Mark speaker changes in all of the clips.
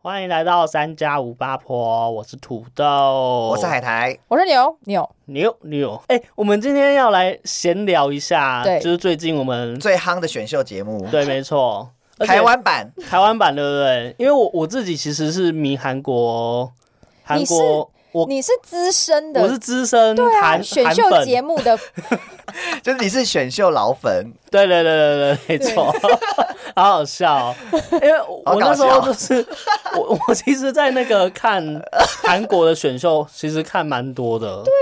Speaker 1: 欢迎来到三加五八婆，我是土豆，
Speaker 2: 我是海苔，
Speaker 3: 我是牛牛，
Speaker 1: 牛牛。哎、我们今天要来闲聊一下，
Speaker 3: 对
Speaker 1: 就是最近我们
Speaker 2: 最夯的选秀节目，
Speaker 1: 对，没错，而且
Speaker 2: 台湾版
Speaker 1: 台湾版对不对？因为我我自己其实是迷韩国，韩
Speaker 3: 你是
Speaker 1: 国我
Speaker 3: 你是资深
Speaker 1: 我
Speaker 3: 的
Speaker 1: 是资深
Speaker 3: 对啊
Speaker 1: 韩
Speaker 3: 选
Speaker 1: 韩
Speaker 3: 秀
Speaker 1: 粉，
Speaker 3: 节目的，
Speaker 2: 就是你是选秀老粉，
Speaker 1: 对对对对对，没错，好好笑哦、因为我
Speaker 2: 好
Speaker 1: 我那
Speaker 2: 搞
Speaker 1: 时
Speaker 2: 笑
Speaker 1: 候就是我我其实，在那个看韩国的选秀，其实看蛮多的，对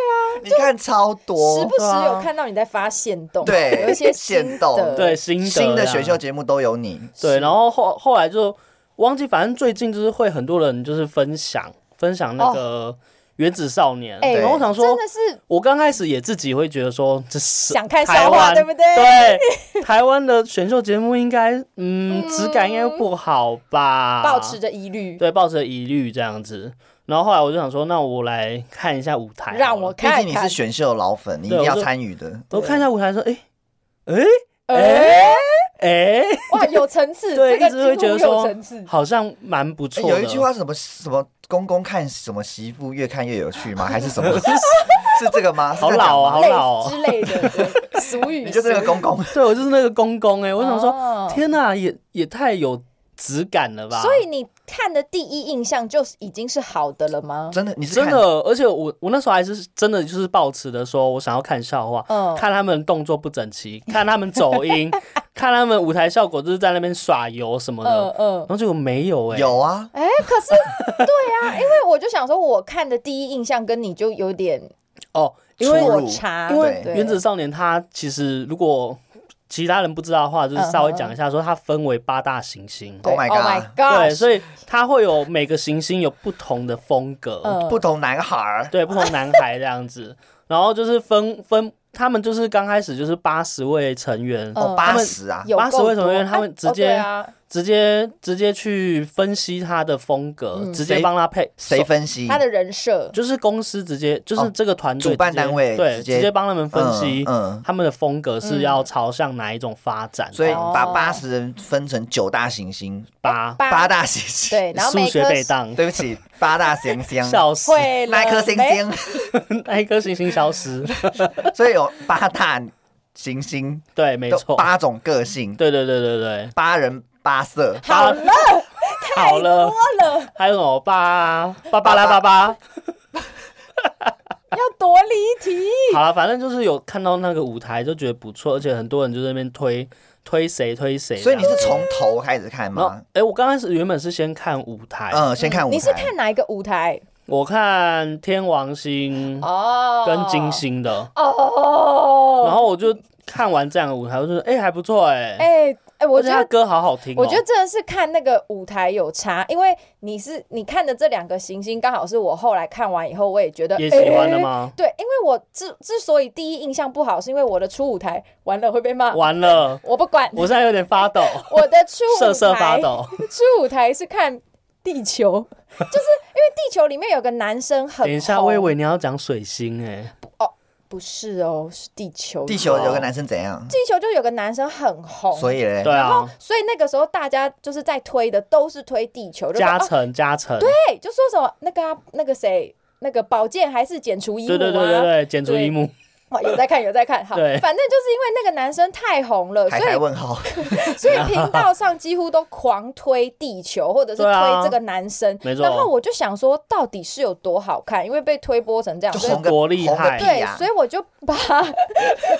Speaker 2: 你看超多，
Speaker 3: 啊时不时有
Speaker 2: 对啊
Speaker 3: 看到你在发现动，
Speaker 2: 对
Speaker 3: 有一些新
Speaker 2: 限动
Speaker 3: 的，
Speaker 1: 对，新的
Speaker 2: 新的
Speaker 1: 啦
Speaker 2: 选秀节目都有你，
Speaker 1: 啊对，然后后后来就忘记，反正最近就是会很多人就是分享分享那个原子少年，
Speaker 3: 哦哎
Speaker 1: 然后我想说
Speaker 3: 真的是
Speaker 1: 我刚开始也自己会觉得说，这是
Speaker 3: 想看
Speaker 1: 台
Speaker 3: 笑
Speaker 1: 湾
Speaker 3: 话，对不对？
Speaker 1: 对，台湾的选秀节目应该，嗯，质感应该不好
Speaker 2: 啊
Speaker 1: 吧？
Speaker 3: 保持着疑虑，
Speaker 1: 对，抱持疑虑这样子。然后后来我就想说，那我来看一下舞台好了，
Speaker 3: 让我
Speaker 2: 毕
Speaker 3: 看
Speaker 2: 竟你
Speaker 3: 看
Speaker 2: 是。选秀老粉，你一
Speaker 1: 对
Speaker 2: 定要
Speaker 1: 我就
Speaker 2: 参与的。
Speaker 1: 我看一下舞台，说，哎、
Speaker 3: 哎，
Speaker 1: 哎、
Speaker 3: 哇，有层次，
Speaker 1: 对，
Speaker 3: 这
Speaker 1: 一
Speaker 3: 个
Speaker 1: 直会觉得
Speaker 3: 几乎有
Speaker 1: 说
Speaker 3: 层次，
Speaker 1: 好像蛮不错的。
Speaker 2: 有一句话什么什么公公看什么媳妇越看越有趣吗？还是 什么？是这个吗？是
Speaker 1: 好
Speaker 2: 这样
Speaker 1: 老哦
Speaker 2: 吗
Speaker 1: 好
Speaker 3: 类
Speaker 1: 老哦
Speaker 3: 之类的对俗 语，
Speaker 2: 你就是那
Speaker 3: 俗
Speaker 2: 个
Speaker 3: 语
Speaker 2: 公公，
Speaker 1: 对我就是那个公公哎、我想说，
Speaker 3: 哦
Speaker 1: 天哪、也也太有质感了吧？
Speaker 3: 所以你看的第一印象就是已经是好的了吗？
Speaker 2: 真的你是
Speaker 1: 真
Speaker 2: 看
Speaker 1: 的，而且我我那时候还是真的就是抱持的说，我想要看笑话，
Speaker 3: 嗯
Speaker 1: 看他们动作不整齐，看他们走 音，看他们舞台效果就是在那边耍油什么的，
Speaker 3: 嗯嗯
Speaker 1: 然，后结果没有哎、
Speaker 2: 有啊，
Speaker 3: 哎，可是对啊，因为我就想说，我看的第一印象跟你就有点
Speaker 1: 哦，因为
Speaker 2: 出
Speaker 3: 落
Speaker 2: 入
Speaker 3: 差，
Speaker 1: 因为
Speaker 3: 对
Speaker 1: 原子少年他其实如果其他人不知道的话，
Speaker 3: 嗯
Speaker 1: 就是稍微讲一下说它分为八大行星。
Speaker 3: 对
Speaker 2: Oh my god
Speaker 3: god，
Speaker 1: 对，所以它会有每个行星有不同的风格，
Speaker 3: 嗯
Speaker 2: 不同男孩儿
Speaker 1: 对，不同男孩这样子，然后就是分分，他们就是刚开始就是八十位成员，
Speaker 3: 嗯
Speaker 2: 哦八十啊，
Speaker 3: 有
Speaker 1: 八十
Speaker 3: 够
Speaker 1: 位成
Speaker 3: 多
Speaker 1: 员他
Speaker 3: 啊
Speaker 1: 们直
Speaker 3: 哦对
Speaker 1: 接
Speaker 3: 啊
Speaker 1: 直接直接去分析他的风格，
Speaker 3: 嗯
Speaker 1: 直接
Speaker 2: 谁
Speaker 1: 帮他配
Speaker 2: 谁
Speaker 1: 手
Speaker 2: 分析
Speaker 3: 他的人设，
Speaker 1: 就是公司直接就是
Speaker 2: 哦
Speaker 1: 这个团队直接、
Speaker 2: 主办单位
Speaker 1: 对
Speaker 2: 直接
Speaker 1: 直接帮他们分析
Speaker 2: 嗯嗯
Speaker 1: 他们的风格是要朝向哪一种发展，
Speaker 2: 所以
Speaker 3: 哦
Speaker 2: 把八十人分成九大行星，
Speaker 1: 八
Speaker 3: 八
Speaker 2: 八大行星。
Speaker 3: 哦对，然后
Speaker 1: 数
Speaker 3: 每
Speaker 1: 学
Speaker 3: 颗
Speaker 1: 被当，
Speaker 2: 对不起，八大行星
Speaker 1: 消失，
Speaker 3: 会了
Speaker 2: 那一颗星
Speaker 3: 没
Speaker 2: 星，
Speaker 1: 那一颗星星消失，
Speaker 2: 所以有八大行星，
Speaker 1: 对，没
Speaker 2: 有
Speaker 1: 错，
Speaker 2: 八种个性，
Speaker 1: 对对对对对，
Speaker 2: 八人八色，
Speaker 3: 好了，哎
Speaker 1: 好了
Speaker 3: 多。了，
Speaker 1: 还有什么巴巴巴拉巴巴？
Speaker 3: 要多离题。
Speaker 1: 好了，反正就是有看到那个舞台就觉得不错，而且很多人就在那边推推谁推谁这
Speaker 2: 所以
Speaker 1: 样。
Speaker 2: 你是从头开始看
Speaker 1: 然后
Speaker 2: 吗？，
Speaker 1: 哎，我刚开始原本是先看舞台，
Speaker 2: 嗯，先看舞台。
Speaker 3: 你是看哪一个舞台？
Speaker 1: 我看天王
Speaker 2: 嗯
Speaker 1: 星
Speaker 3: 哦，
Speaker 1: 跟金星的，
Speaker 3: 哦。
Speaker 1: 然后我就看完这样的舞台，我就说，哎，还不错哎，
Speaker 3: 哎哎，我
Speaker 1: 而
Speaker 3: 觉
Speaker 1: 且他
Speaker 3: 得。
Speaker 1: 歌好好听哦。
Speaker 3: 我觉得真的是看那个舞台有差，因为你是你看的这两个行星，刚好是我后来看完以后，我也觉得
Speaker 1: 也喜欢了？
Speaker 3: 哎
Speaker 1: 吗？
Speaker 3: 对，因为我之之所以第一印象不好，是因为我的初舞台完了会被骂，
Speaker 1: 完了，
Speaker 3: 我不管，
Speaker 1: 我现在有点发抖，
Speaker 3: 我的初舞台
Speaker 1: 瑟瑟发抖。
Speaker 3: 初舞台是看地球， 就是因为地球里面有个男生很
Speaker 1: 等一下，
Speaker 3: 红
Speaker 1: 我以为你要讲水星哎，
Speaker 3: 不是哦，是地球。
Speaker 2: 地球有个男生怎样？
Speaker 3: 地球就有个男生很红，
Speaker 2: 所以嘞
Speaker 1: 对，啊，
Speaker 3: 所以那个时候大家就是在推的都是推地球，就说
Speaker 1: 加
Speaker 3: 哦，
Speaker 1: 成加成，
Speaker 3: 对，就说什么那个啊、那个谁。那个宝剑还是剪除一
Speaker 1: 对
Speaker 3: 幕啊？
Speaker 1: 对对对对，剪除一幕，
Speaker 3: 哇有在看，有在看。好，
Speaker 1: 对
Speaker 3: 反正就是因为那个男生太红了，所
Speaker 2: 海苔
Speaker 3: 以
Speaker 2: 问号，
Speaker 3: 所以频道上几乎都狂推地球，或者是
Speaker 1: 对啊
Speaker 3: 推这个男生。
Speaker 1: 没错
Speaker 3: 然后我就想说，到底是有多好看？因为被推播成这 样，
Speaker 2: 就
Speaker 3: 所以
Speaker 2: 红个
Speaker 1: 多厉害
Speaker 2: 红个屁
Speaker 3: 对，
Speaker 2: 呀
Speaker 3: 所！以我就把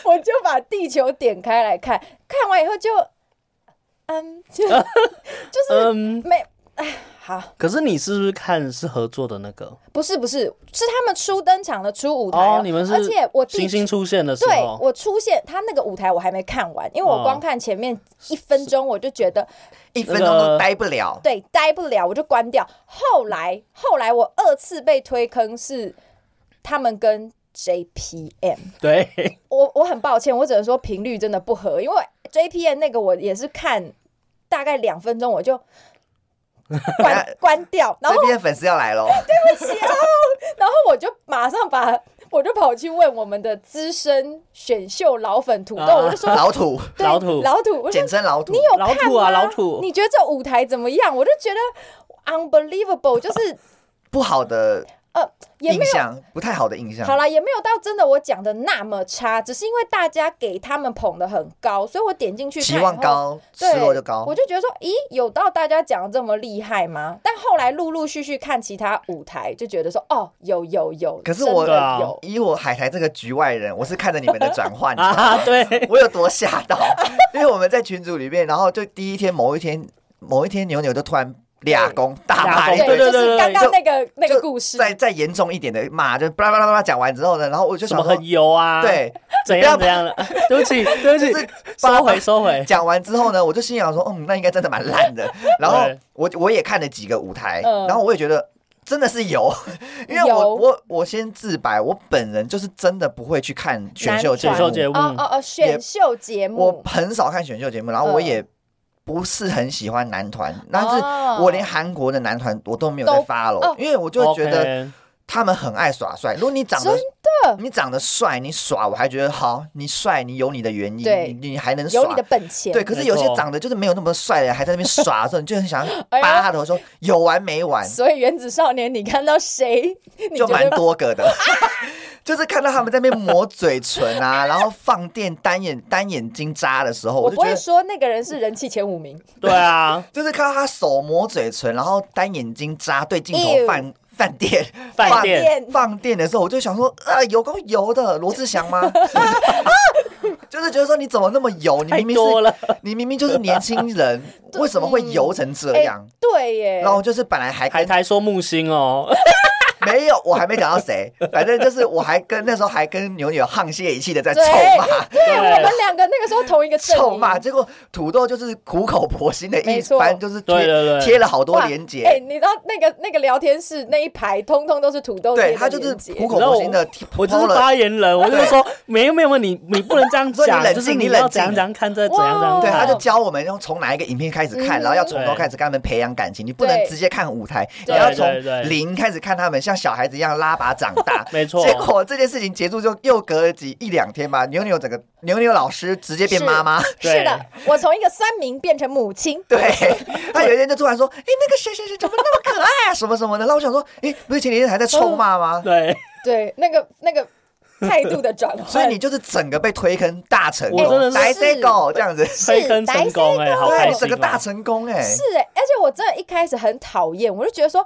Speaker 3: 我就把地球点开来看，看完以后就，嗯， 就就是
Speaker 1: 嗯，
Speaker 3: 没。唉好，
Speaker 1: 可是你是不是看是合作的那个
Speaker 3: 不是不是，是他们初登场的初舞台
Speaker 1: 哦你们是
Speaker 3: 而且我地
Speaker 1: 星星哦出现的时
Speaker 3: 对
Speaker 1: 候？
Speaker 3: 我出现他那个舞台我还没看完，因为
Speaker 1: 哦
Speaker 3: 我光看前面一分钟我就觉得
Speaker 2: 一分钟都待不了。
Speaker 3: 对待不了，我就关掉。后来后来我二次被推坑是他们跟 JPM，
Speaker 1: 对，
Speaker 3: 我我很抱歉，我只能说频率真的不合，因为 JPN 那个我也是看大概两分钟我就关关掉，然后
Speaker 2: 这边粉丝要来喽，
Speaker 3: 然后我就马上把我就跑去问我们的资深选秀老粉土豆，
Speaker 1: 啊
Speaker 3: 我就说
Speaker 2: 老土，
Speaker 3: 对
Speaker 1: 老土
Speaker 3: 老土，我说
Speaker 2: 简称老土
Speaker 3: 你。有
Speaker 1: 老
Speaker 3: 看
Speaker 1: 土啊
Speaker 3: 吗
Speaker 1: 老土，
Speaker 3: 你觉得这舞台怎么样？我就觉得。 unbelievable，就是
Speaker 2: 不好的
Speaker 3: 也
Speaker 2: 印
Speaker 3: 没有
Speaker 2: 象，不太好的印象。
Speaker 3: 好啦，也没有到真的我讲的那么差，只是因为大家给他们捧的很高，所以我点进去看
Speaker 2: 期望
Speaker 3: 以后，
Speaker 2: 高，
Speaker 3: 对，
Speaker 2: 失落就高
Speaker 3: 我。就觉得说，咦，有到大家讲的这么厉害吗？但后来陆陆续续看其他舞台，就觉得说，哦，有有有，
Speaker 2: 可是我
Speaker 3: 真的有。
Speaker 2: 以我海苔这个局外人，我是看着你们的转换
Speaker 1: 啊，对，
Speaker 2: 我有多吓到？ 因为我们在群组里面，然后就第一天某一天某一天牛牛就突然俩公大
Speaker 1: 俩
Speaker 2: 拍
Speaker 1: 公，对
Speaker 3: 对，
Speaker 1: 对
Speaker 3: 就是
Speaker 1: 对
Speaker 3: 刚
Speaker 2: 就
Speaker 3: 刚那个那个
Speaker 2: 就
Speaker 3: 故事，
Speaker 2: 再再严重一点的骂，就巴拉巴拉巴拉讲完之后呢，然后我就
Speaker 1: 什
Speaker 2: 想
Speaker 1: 么
Speaker 2: 说
Speaker 1: 很，油啊，，
Speaker 2: 对，
Speaker 1: 怎
Speaker 2: 不要
Speaker 1: 样怎样的， 对不起，对不
Speaker 2: 就是
Speaker 1: 起，收回收回，
Speaker 2: 讲完之后呢，我就心想说，嗯，那应该真的蛮烂的。然后
Speaker 1: 对
Speaker 2: 我我也看了几个舞台，
Speaker 3: 嗯
Speaker 2: 然后我也觉得真的是有，因为
Speaker 3: 有
Speaker 2: 我我我先自白，我本人就是真的不会去看选秀节
Speaker 1: 选
Speaker 2: 目，
Speaker 1: 秀节目，
Speaker 3: 哦哦哦，选秀节
Speaker 2: 嗯我
Speaker 3: 目，
Speaker 2: 很少看选秀节目，然后
Speaker 3: 嗯
Speaker 2: 我也不是很喜欢男团，但是
Speaker 3: 哦
Speaker 2: 我连韩国的男团我都没有在
Speaker 3: 都
Speaker 2: 发了、
Speaker 3: 哦
Speaker 2: 因为我就觉得
Speaker 1: OK
Speaker 2: 他们很爱耍帅。如果你长得
Speaker 3: 真的
Speaker 2: 你长得帅，你耍我还觉得好，你帅你有你的原因，
Speaker 3: 对
Speaker 2: 你你还能耍
Speaker 3: 有你的本钱，
Speaker 2: 对，可是
Speaker 1: 没
Speaker 2: 有些
Speaker 1: 错
Speaker 2: 长得就是没有那么帅的，还在那边耍的时候，你就很想
Speaker 3: 哎呦
Speaker 2: 扒他头说有完没完，
Speaker 3: 所以原子少年，你看到谁，你
Speaker 2: 就
Speaker 3: 觉
Speaker 2: 蛮
Speaker 3: 得
Speaker 2: 多个的。 就是看到他们在那边抹嘴唇啊，然后放电、单眼单眼睛扎的时候，
Speaker 3: 我
Speaker 2: 我就
Speaker 3: 不
Speaker 2: 觉
Speaker 3: 会
Speaker 2: 得
Speaker 3: 说那个人是人气前五名，
Speaker 1: 对啊，
Speaker 2: 就是看到他手抹嘴唇，然后单眼睛扎对镜头
Speaker 3: Ew
Speaker 2: 放放电
Speaker 1: 饭
Speaker 2: 放
Speaker 1: 店
Speaker 3: 电
Speaker 2: 放电的时候，我就想说，啊，有够油的，罗志 祥吗？就是觉得说你怎么那么油？ 你
Speaker 1: 太
Speaker 2: 明明
Speaker 1: 多
Speaker 2: 是
Speaker 1: 了，
Speaker 2: 你明明就是年轻 人，为什么会油成这
Speaker 3: 哎
Speaker 2: 样？
Speaker 3: 对耶
Speaker 2: 然，后就是本来还
Speaker 1: 海
Speaker 2: 跟
Speaker 1: 苔说木星 哦，
Speaker 2: 没有，我还没讲到 谁，反正就是我还跟那时候还跟牛牛沆瀣一气的在臭
Speaker 3: 对
Speaker 2: 骂，
Speaker 3: 对我们两个那个时候同一个阵
Speaker 2: 臭
Speaker 3: 营
Speaker 2: 骂，结果土豆就是苦口婆心的一
Speaker 3: 没错
Speaker 2: 番，就是
Speaker 1: 对
Speaker 2: 贴
Speaker 1: 对对
Speaker 2: 贴了好多
Speaker 3: 哇
Speaker 2: 连
Speaker 3: 哎、
Speaker 2: 接，
Speaker 3: 你知道那个那个聊天室那一排，通通都是土豆
Speaker 2: 对
Speaker 3: 贴的
Speaker 2: 他就是
Speaker 3: 连接
Speaker 2: 苦口婆心的贴
Speaker 1: 我就
Speaker 2: 抛
Speaker 1: 是
Speaker 2: 了，
Speaker 1: 发言人，我就说没有没有没有，你你不能这样
Speaker 2: 说你
Speaker 1: 讲
Speaker 2: 冷，
Speaker 1: 就
Speaker 2: 静
Speaker 1: 是
Speaker 2: 你
Speaker 1: 你要
Speaker 2: 冷
Speaker 1: 怎样
Speaker 2: 静
Speaker 1: 怎样看这怎样怎样看，
Speaker 3: 哇
Speaker 2: 对，
Speaker 3: 哦
Speaker 2: 他就教我们要从哪一个影片开始看，
Speaker 3: 嗯
Speaker 2: 然后要从头
Speaker 1: 对
Speaker 2: 开始跟他们培养感情，你不能
Speaker 3: 对
Speaker 2: 直接看舞台，你
Speaker 3: 对
Speaker 2: 要
Speaker 1: 对
Speaker 2: 从
Speaker 1: 对对
Speaker 2: 零开始看他们，像小孩子一样拉拔长
Speaker 1: 。
Speaker 2: 大
Speaker 1: 没错，
Speaker 2: 结果这件事情结束之后，又隔了几一两天吧，牛牛整个牛牛老师直接变
Speaker 3: 是
Speaker 2: 妈妈，
Speaker 3: 是的
Speaker 1: 对，
Speaker 3: 我从一个酸民变成母亲，
Speaker 2: 对，他有一天就突然说：“哎、那个谁谁谁怎么那么可爱啊，什么什么的。”然后我想说：“哎、不是前几天还在臭骂吗？”
Speaker 1: 对，
Speaker 3: 对，那个那个态度的转换，
Speaker 2: 所以你就是整个被推坑大成
Speaker 1: 哦我真
Speaker 2: 功，
Speaker 1: 的是
Speaker 2: 来这个这样子，
Speaker 3: 是
Speaker 1: 推坑成功哎、好
Speaker 2: 对，
Speaker 1: 开
Speaker 2: 你整
Speaker 1: 心、
Speaker 2: 个大
Speaker 1: 哦！
Speaker 2: 成功哎、
Speaker 3: 是哎、而且我真的一开始很讨厌，我就觉得说，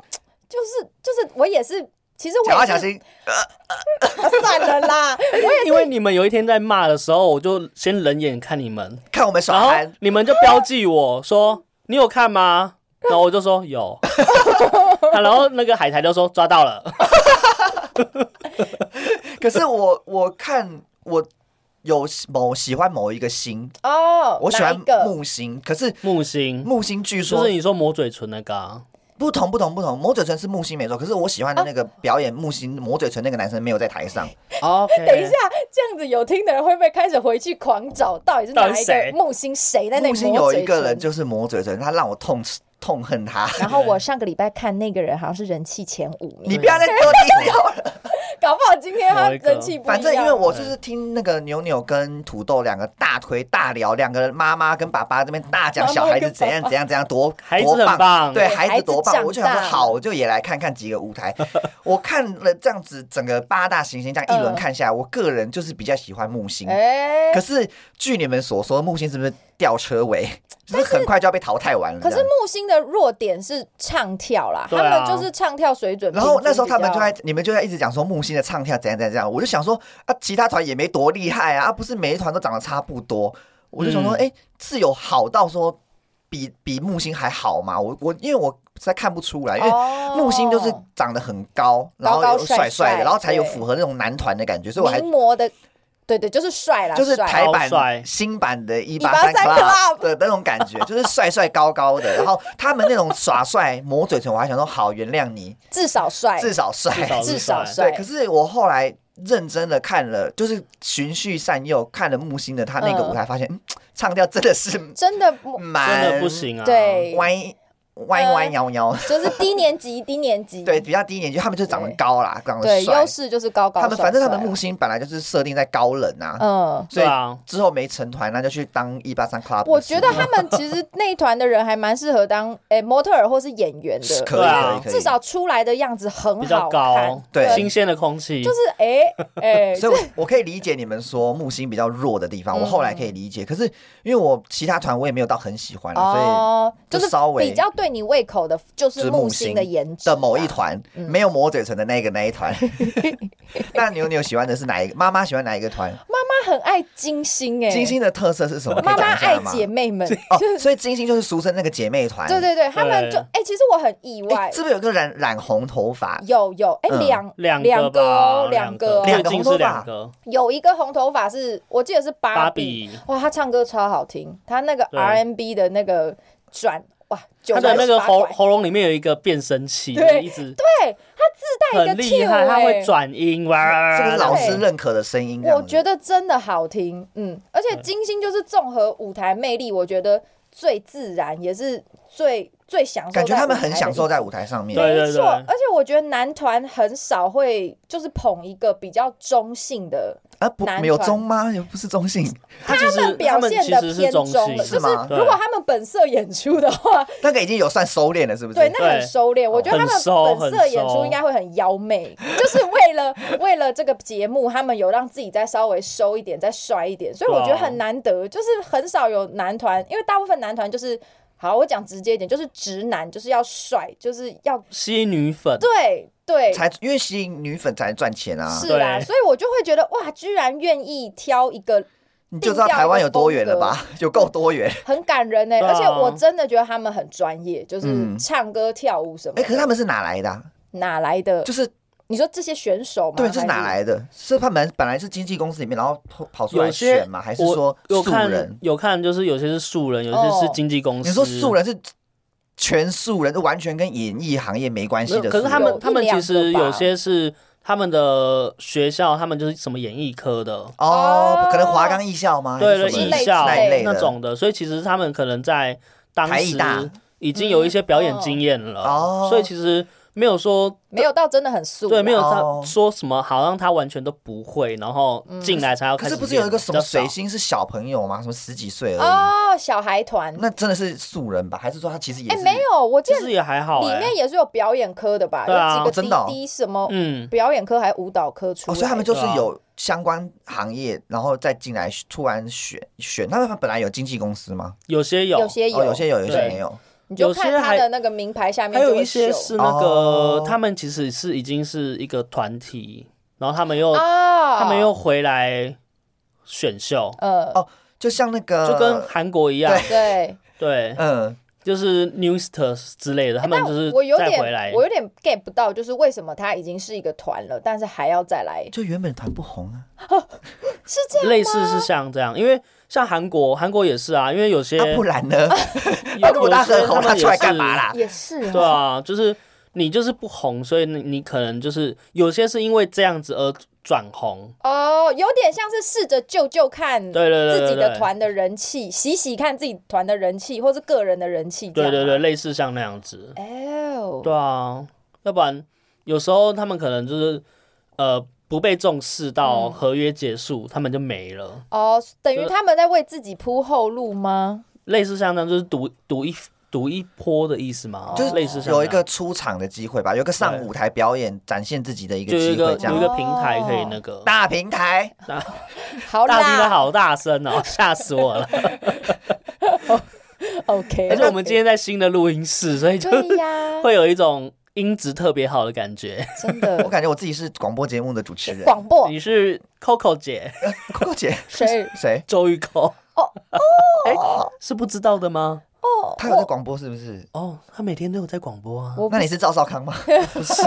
Speaker 3: 就是就是我也是，其实我
Speaker 2: 讲话
Speaker 3: 也
Speaker 2: 小
Speaker 3: 是啊
Speaker 2: 心，
Speaker 3: 算了啦，
Speaker 1: 因为你们有一天在骂的时候，我就先冷眼看你们，
Speaker 2: 看我们
Speaker 1: 然
Speaker 2: 耍
Speaker 1: 后
Speaker 2: 憨，
Speaker 1: 你们就标记我说你有看吗？ 然后我就说有， 啊然后那个海苔就说抓到了，
Speaker 2: 可是我我看我有某喜欢某一个星，
Speaker 3: 哦，
Speaker 2: 我喜
Speaker 3: 哪
Speaker 2: 欢
Speaker 3: 一个
Speaker 2: 木星，可是
Speaker 1: 木星，
Speaker 2: 木星据
Speaker 1: 就
Speaker 2: 说
Speaker 1: 是你说抹嘴唇那个、啊，
Speaker 2: 不同不同不同，魔嘴唇是木星没错，可是我喜欢
Speaker 3: 啊
Speaker 2: 的那个表演木星魔嘴唇那个男生没有在台上，
Speaker 1: OK，
Speaker 3: 等一下，这样子有听的人会不会开始回去狂找，到底是哪
Speaker 1: 到底
Speaker 3: 一
Speaker 1: 谁
Speaker 3: 个木星谁在那
Speaker 2: 木
Speaker 3: 里
Speaker 2: 星
Speaker 3: 抹
Speaker 2: 有
Speaker 3: 嘴
Speaker 2: 一个人
Speaker 3: 唇
Speaker 2: 就是魔嘴唇，他让我痛痛恨他。
Speaker 3: 然后我上个礼拜看那个人好像是人气前五名，
Speaker 2: 你不要再多低 调了。
Speaker 3: 搞不好今天他
Speaker 1: 某一个
Speaker 3: 人气不一样。
Speaker 2: 反正因为我就是听那个牛牛跟土豆两个大推大聊，两个妈妈跟爸爸这边大讲
Speaker 3: 妈妈
Speaker 2: 小孩子
Speaker 3: 跟爸
Speaker 2: 怎样怎样怎样多
Speaker 1: 孩
Speaker 2: 多
Speaker 1: 子很棒
Speaker 2: 对
Speaker 3: 对
Speaker 2: 孩子多
Speaker 3: 孩子
Speaker 2: 棒，
Speaker 3: 长
Speaker 2: 我就想说
Speaker 3: 大
Speaker 2: 好，我就也来看看几个舞台。 我看了这样子整个八大行星这样一轮
Speaker 3: 嗯
Speaker 2: 看下来，我个人就是比较喜欢木星。
Speaker 3: 哎、
Speaker 2: 可是据你们所说，木星是不是吊车 尾？就是很快就要被淘汰完了这
Speaker 3: 可
Speaker 2: 样。
Speaker 3: 是木星的弱点是唱跳啦，
Speaker 1: 对
Speaker 3: 他
Speaker 1: 啊
Speaker 3: 们就是唱跳水准。
Speaker 2: 然后那时候他们就
Speaker 3: 还
Speaker 2: 在，你们就在一直讲说木星的唱跳怎样怎样怎样，我就想说啊，其他团也没多厉害啊，啊不是每一团都长得差不多，我就想说，
Speaker 1: 嗯
Speaker 2: 哎、是有好到说比比木星还好吗？我我因为我实在看不出来，因为
Speaker 3: 哦
Speaker 2: 木星就是长得很高，然后
Speaker 3: 高
Speaker 2: 有
Speaker 3: 帅
Speaker 2: 帅帅的，
Speaker 3: 帅
Speaker 2: 然后才有
Speaker 3: 对
Speaker 2: 符合那种男团的感觉，所以我还
Speaker 3: 名模的，对对，就是帅啦，
Speaker 2: 就是
Speaker 3: 帅
Speaker 2: 台
Speaker 1: 高
Speaker 2: 版
Speaker 1: 帅
Speaker 2: 新版的一八
Speaker 3: 183
Speaker 2: 三 club
Speaker 3: Club
Speaker 2: 的那种感觉，就是帅帅高高 的，然后他们那种耍帅抹嘴唇，我还想说好原谅你，
Speaker 3: 至少帅，
Speaker 2: 至少帅，
Speaker 1: 至少
Speaker 3: 哎至少
Speaker 1: 帅
Speaker 2: 对，
Speaker 3: 帅
Speaker 2: 可。是我后来认真的看了，就是循序善诱看了木星的嗯他那个舞台，发现、嗯、唱跳真的是
Speaker 3: 真的木
Speaker 2: 蛮
Speaker 3: 嗯
Speaker 1: 真的不行啊，
Speaker 3: 对
Speaker 2: 歪弯一
Speaker 3: 呃
Speaker 2: 弯摇摇，
Speaker 3: 就是低年级， 低年级，
Speaker 2: 对，比较低年级，他们就长得
Speaker 3: 嗯对
Speaker 2: 高啦，长得
Speaker 3: 对，
Speaker 2: 帅
Speaker 3: 优。势就是高高
Speaker 2: 他们反正他们木
Speaker 3: 目，
Speaker 2: 星本来就是设定在高冷啊，
Speaker 3: 嗯，
Speaker 2: 所
Speaker 1: 对
Speaker 2: 以
Speaker 1: 啊，
Speaker 2: 之后没成团，那就去当一八三 club 的司仪。
Speaker 3: 我觉得他们其实那一团的人还蛮适合当诶、模特儿或是演 员
Speaker 2: 是
Speaker 3: 的，
Speaker 2: 可以
Speaker 1: 对啊
Speaker 2: 可以可以，
Speaker 3: 哦至少出来的样子很
Speaker 1: 比较
Speaker 3: 好看
Speaker 1: 高，，
Speaker 2: 对
Speaker 1: 新鲜的空气，
Speaker 3: 就是诶 诶，
Speaker 2: 所以我，我可以理解你们说木星比较弱的地方，
Speaker 3: 嗯
Speaker 2: 我后来可以理解。可是因为我其他团我也没有到很喜欢啦，所
Speaker 3: 哦，
Speaker 2: 就
Speaker 3: 就是
Speaker 2: 稍微
Speaker 3: 比较对你胃口的，就是
Speaker 2: 是
Speaker 3: 木
Speaker 2: 木
Speaker 3: 星
Speaker 2: 星
Speaker 3: 的颜
Speaker 2: 以
Speaker 3: 值
Speaker 2: 的某一
Speaker 3: 啊，
Speaker 2: 团
Speaker 3: 嗯
Speaker 2: 没有魔嘴唇的那个那一 团。那牛牛喜欢的是哪一个？妈妈喜欢哪一个 团？
Speaker 3: 妈很爱金星诶，
Speaker 2: 金星的特色是什么？可
Speaker 3: 妈
Speaker 2: 以
Speaker 3: 妈
Speaker 2: 讲一
Speaker 3: 爱
Speaker 2: 下吗？
Speaker 3: 姐妹们，
Speaker 2: 哦，所以金星就是俗称那个姐妹团。
Speaker 3: 对对对，他们就
Speaker 1: 对
Speaker 3: 哎、其实我很意
Speaker 2: 诶
Speaker 3: 外，
Speaker 2: 是不是有个染染红头发？
Speaker 3: 有有哎
Speaker 2: 嗯
Speaker 3: 两
Speaker 1: 两
Speaker 3: 两
Speaker 1: 个
Speaker 3: 个哦
Speaker 1: 吧，
Speaker 3: 两
Speaker 1: 个
Speaker 3: 个哦，
Speaker 2: 两
Speaker 1: 最
Speaker 2: 个
Speaker 1: 近
Speaker 2: 红
Speaker 1: 是
Speaker 2: 头发
Speaker 1: 两个，
Speaker 3: 有一个红头发是我记得是芭
Speaker 1: 芭
Speaker 3: 比，
Speaker 1: 比，
Speaker 3: 哇，他唱歌超好听，他那个
Speaker 1: 对
Speaker 3: R N B 的那个转哇，九
Speaker 1: 他
Speaker 3: 百
Speaker 1: 的那
Speaker 3: 十
Speaker 1: 个
Speaker 3: 八
Speaker 1: 喉
Speaker 3: 块，
Speaker 1: 喉咙里面有一个变声器，
Speaker 3: 对
Speaker 1: 就是一直
Speaker 3: 对他自带一
Speaker 1: 很
Speaker 3: 个
Speaker 1: 厉
Speaker 3: Q
Speaker 1: 害，他会
Speaker 3: 哎、
Speaker 1: 转音哇，
Speaker 2: 这个是老师
Speaker 3: 对
Speaker 2: 认可的声音。
Speaker 3: 我觉
Speaker 2: 得
Speaker 3: 得真的好听，嗯，而且金星就是综合舞台魅力，我觉得最自然也是最最享受在
Speaker 2: 感
Speaker 3: 舞台的一
Speaker 2: 觉
Speaker 3: 种，
Speaker 2: 他们很享受在舞台上面。
Speaker 1: 对
Speaker 3: 没错，
Speaker 1: 对
Speaker 3: 而且我觉得男团很少会就是捧一个比较中性的，
Speaker 2: 啊，不
Speaker 3: 男
Speaker 2: 没有
Speaker 3: 团
Speaker 2: 中吗？又不是中性，
Speaker 1: 他其实
Speaker 3: 表现
Speaker 1: 其
Speaker 3: 的
Speaker 1: 实
Speaker 3: 偏
Speaker 1: 中
Speaker 3: 中
Speaker 1: 性
Speaker 3: 了，，就是
Speaker 2: 是吗
Speaker 3: 如果他们本色演出的话，
Speaker 2: 那个已经有算收敛了，是不是？哦
Speaker 3: 对，那很
Speaker 1: 对
Speaker 3: 收敛。我觉得他
Speaker 1: 很
Speaker 3: 们
Speaker 1: 收
Speaker 3: 本色演
Speaker 1: 很
Speaker 3: 出
Speaker 1: 收
Speaker 3: 应该会很妖媚，就是为了 为了这个节目，他们有让自己再稍微收一点，再帅一点，所以
Speaker 1: 对
Speaker 3: 我
Speaker 1: 啊
Speaker 3: 觉得很难得，就是很少有男团，因为大部分男团就是。好，我讲直接一点，就是直男就是要帅，就是要
Speaker 1: 吸女粉，
Speaker 3: 对对，
Speaker 2: 才因为吸引女粉才能赚钱啊！
Speaker 3: 是啊，
Speaker 1: 对
Speaker 3: 所以我就会觉得哇，居然愿意挑一个
Speaker 2: 你就知道台湾有多远了吧？ 有够多远。
Speaker 3: 很感人呢、
Speaker 1: 对啊
Speaker 3: 而且我真的觉得他们很专业，就是
Speaker 2: 嗯
Speaker 3: 唱歌、跳舞什么的。
Speaker 2: 哎、可是他们是哪来的、啊？
Speaker 3: 哪来的？
Speaker 2: 就是
Speaker 3: 你说这些选手吗？
Speaker 2: 对，这是
Speaker 3: 还
Speaker 2: 哪？来的？是他们本来是经纪公司里面，然后跑跑出来
Speaker 1: 有些
Speaker 2: 选吗？还是
Speaker 1: 我
Speaker 2: 说
Speaker 1: 有
Speaker 2: 素
Speaker 1: 看
Speaker 2: 人？
Speaker 1: 有看，就是有些是素人，有些
Speaker 3: 哦
Speaker 1: 是经纪公司。
Speaker 2: 你说素人是全素人，就完全跟演艺行业没关
Speaker 1: 没
Speaker 2: 系
Speaker 1: 有，
Speaker 2: 的素人。
Speaker 1: 可是他
Speaker 3: 有
Speaker 1: 们他们
Speaker 3: 一两
Speaker 1: 其
Speaker 3: 个
Speaker 1: 实
Speaker 3: 吧
Speaker 1: 有些是他们的学校，他们就是什么演艺科的，
Speaker 2: 哦
Speaker 3: 哦，
Speaker 2: 可能华冈艺校吗？
Speaker 1: 对对，
Speaker 2: 啊还是什
Speaker 1: 艺
Speaker 2: 么
Speaker 3: 类
Speaker 1: 校
Speaker 2: 那一类的
Speaker 1: 那种的，所以其实他们可能在当
Speaker 2: 台艺
Speaker 1: 时
Speaker 2: 大
Speaker 1: 已经有一些表演经验了，
Speaker 2: 哦
Speaker 1: 所以其实没有说
Speaker 3: 没有到真的很素啦，
Speaker 1: 对，没有
Speaker 2: 哦
Speaker 1: 他说什么好像他完全都不会，然后进来才要
Speaker 2: 可
Speaker 1: 开
Speaker 2: 是
Speaker 1: 始。
Speaker 2: 不是有一个什么水？星是小朋友吗？什么十几岁而已，
Speaker 3: 哦，小孩团。
Speaker 2: 那真的是素人吧？还是说他其实也
Speaker 3: 哎，
Speaker 2: 是？
Speaker 3: 没有，我记
Speaker 1: 其
Speaker 3: 得
Speaker 1: 实也还好、
Speaker 3: 里
Speaker 1: 欸，
Speaker 3: 面也是有表演科的吧？
Speaker 1: 对啊
Speaker 3: 有几
Speaker 2: 真的
Speaker 3: 个
Speaker 2: 哦
Speaker 3: 滴滴什么
Speaker 1: 嗯，
Speaker 3: 表演科还舞蹈科出
Speaker 2: 哦，
Speaker 3: 来的，
Speaker 2: 所以他们就是
Speaker 1: 对啊
Speaker 2: 有相关行业，然后再进来突然选选。那他们本来有经纪公司吗？
Speaker 1: 有些有，
Speaker 3: 有些
Speaker 2: 哦，有些有，有些
Speaker 1: 对
Speaker 2: 没有。
Speaker 3: 你就看
Speaker 1: 有些
Speaker 3: 他
Speaker 1: 还
Speaker 3: 的那个名牌下面
Speaker 1: 还
Speaker 3: 就
Speaker 1: 有
Speaker 3: 会
Speaker 1: 一些
Speaker 3: 秀
Speaker 1: 是那个、
Speaker 2: 哦
Speaker 1: 他们其实是已经是一个团体，然后他们又、
Speaker 3: 啊，
Speaker 1: 呃他们又回来选秀，
Speaker 3: 呃
Speaker 2: 哦就像那个，
Speaker 1: 就跟韩国一样，
Speaker 2: 对
Speaker 3: 对，
Speaker 1: 对，
Speaker 2: 嗯，
Speaker 1: 就是 Newsters 之类的，他们
Speaker 3: 哎那
Speaker 1: 就是
Speaker 3: 我有
Speaker 1: 再
Speaker 3: 点
Speaker 1: 回来
Speaker 3: 我有点 get 不到，就是为什么他已经是一个团了，但是还要再来，
Speaker 2: 就原本团不红啊，
Speaker 3: 是这样吗
Speaker 1: 类似是像这样，因为像韩国，韩国也是啊，因为有些
Speaker 2: 啊不然 呢？
Speaker 1: 有
Speaker 2: 啊如果他
Speaker 1: 有些
Speaker 2: 很红，
Speaker 1: 他
Speaker 2: 他
Speaker 1: 们
Speaker 2: 出来
Speaker 1: 也是
Speaker 2: 干嘛啦？
Speaker 3: 也是
Speaker 1: 对
Speaker 3: 哦
Speaker 1: 啊，就是你就是不红，所以你你可能就是有些是因为这样子而转红，
Speaker 3: 哦，有点像是试着救救看
Speaker 1: 对对对
Speaker 3: 嗯自己
Speaker 1: 对
Speaker 3: 的
Speaker 1: 对
Speaker 3: 团的人气，洗洗看自己团的人气，或是个人的人气。
Speaker 1: 对对对，。类似像那样子，
Speaker 3: 哎呦，
Speaker 1: 对啊，要不然有时候他们可能就是呃不被重视到合约结束，他们就没了，
Speaker 3: 哦，等于
Speaker 1: 就
Speaker 3: 他们在为自己铺后路吗？
Speaker 1: 类似像这样就是赌赌一赌一波的意思嘛，
Speaker 2: 就
Speaker 1: 哦类似
Speaker 2: 是
Speaker 1: 像
Speaker 2: 有一
Speaker 1: 这样
Speaker 2: 个出场的机会吧，有一个上
Speaker 1: 对
Speaker 2: 舞台表演展现自己的一个
Speaker 1: 就有一
Speaker 2: 机
Speaker 1: 个
Speaker 2: 会，这
Speaker 1: 有一
Speaker 2: 样哦
Speaker 1: 个平台可以那个。
Speaker 2: 大平台。
Speaker 3: 好
Speaker 1: 大厅的
Speaker 3: 啦
Speaker 1: 好大声哦，吓死我了！
Speaker 3: ，OK。
Speaker 1: 而且我们今天在新的录音室，所以就
Speaker 3: 对呀，
Speaker 1: 会有一种音质特别好的感觉。
Speaker 3: 真
Speaker 2: 我
Speaker 3: 的
Speaker 2: 感觉我自己是广播节目的主持人，
Speaker 3: 广播
Speaker 1: 你是 Coco 姐，
Speaker 2: Coco 姐
Speaker 3: 谁？
Speaker 2: 谁？
Speaker 1: 周玉蔻
Speaker 3: 哦
Speaker 1: 哎、是不知道的吗？
Speaker 3: 哦，
Speaker 2: 她有在广播是不是？
Speaker 1: 哦，他每天都有在广播啊。
Speaker 3: 我
Speaker 2: 那你是赵少康 吗？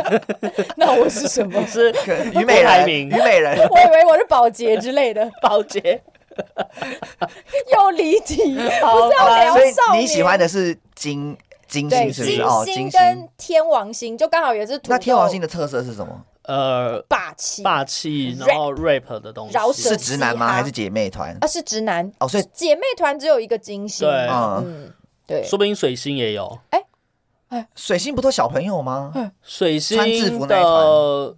Speaker 3: 那我是什么？
Speaker 1: 是
Speaker 2: 虞美
Speaker 1: 郭台
Speaker 2: 人，
Speaker 1: 铭
Speaker 2: 虞美 人，
Speaker 3: 我以为我是保洁之 类的，
Speaker 1: 宝洁，
Speaker 3: 又离题，
Speaker 1: 好
Speaker 3: 不是要
Speaker 2: 哦
Speaker 3: 聊
Speaker 2: 所以
Speaker 3: 少
Speaker 2: 你
Speaker 3: 年。
Speaker 2: 喜欢的是金金
Speaker 3: 对
Speaker 2: 星是不是？
Speaker 3: 金
Speaker 2: 哦，
Speaker 3: 星
Speaker 2: 金
Speaker 3: 跟
Speaker 2: 星。
Speaker 3: 天王星，就刚好也是土
Speaker 2: 那天王
Speaker 3: 豆
Speaker 2: 星的特色是什么？
Speaker 1: 呃，
Speaker 3: 霸气
Speaker 1: 霸气，然后 rap 的东西，
Speaker 3: 饶舌
Speaker 2: 是直男
Speaker 3: 嘻
Speaker 2: 吗？
Speaker 3: 哈
Speaker 2: 还是姐妹团？
Speaker 3: 啊，是直男
Speaker 2: 哦所以
Speaker 3: 姐妹团只有一个金星，
Speaker 1: 对
Speaker 2: 嗯
Speaker 3: 嗯，对，
Speaker 1: 说不定水星也有。
Speaker 3: 哎
Speaker 2: 水星不都小朋友吗？
Speaker 1: 水
Speaker 2: 穿制服
Speaker 1: 星
Speaker 2: 那一
Speaker 1: 的，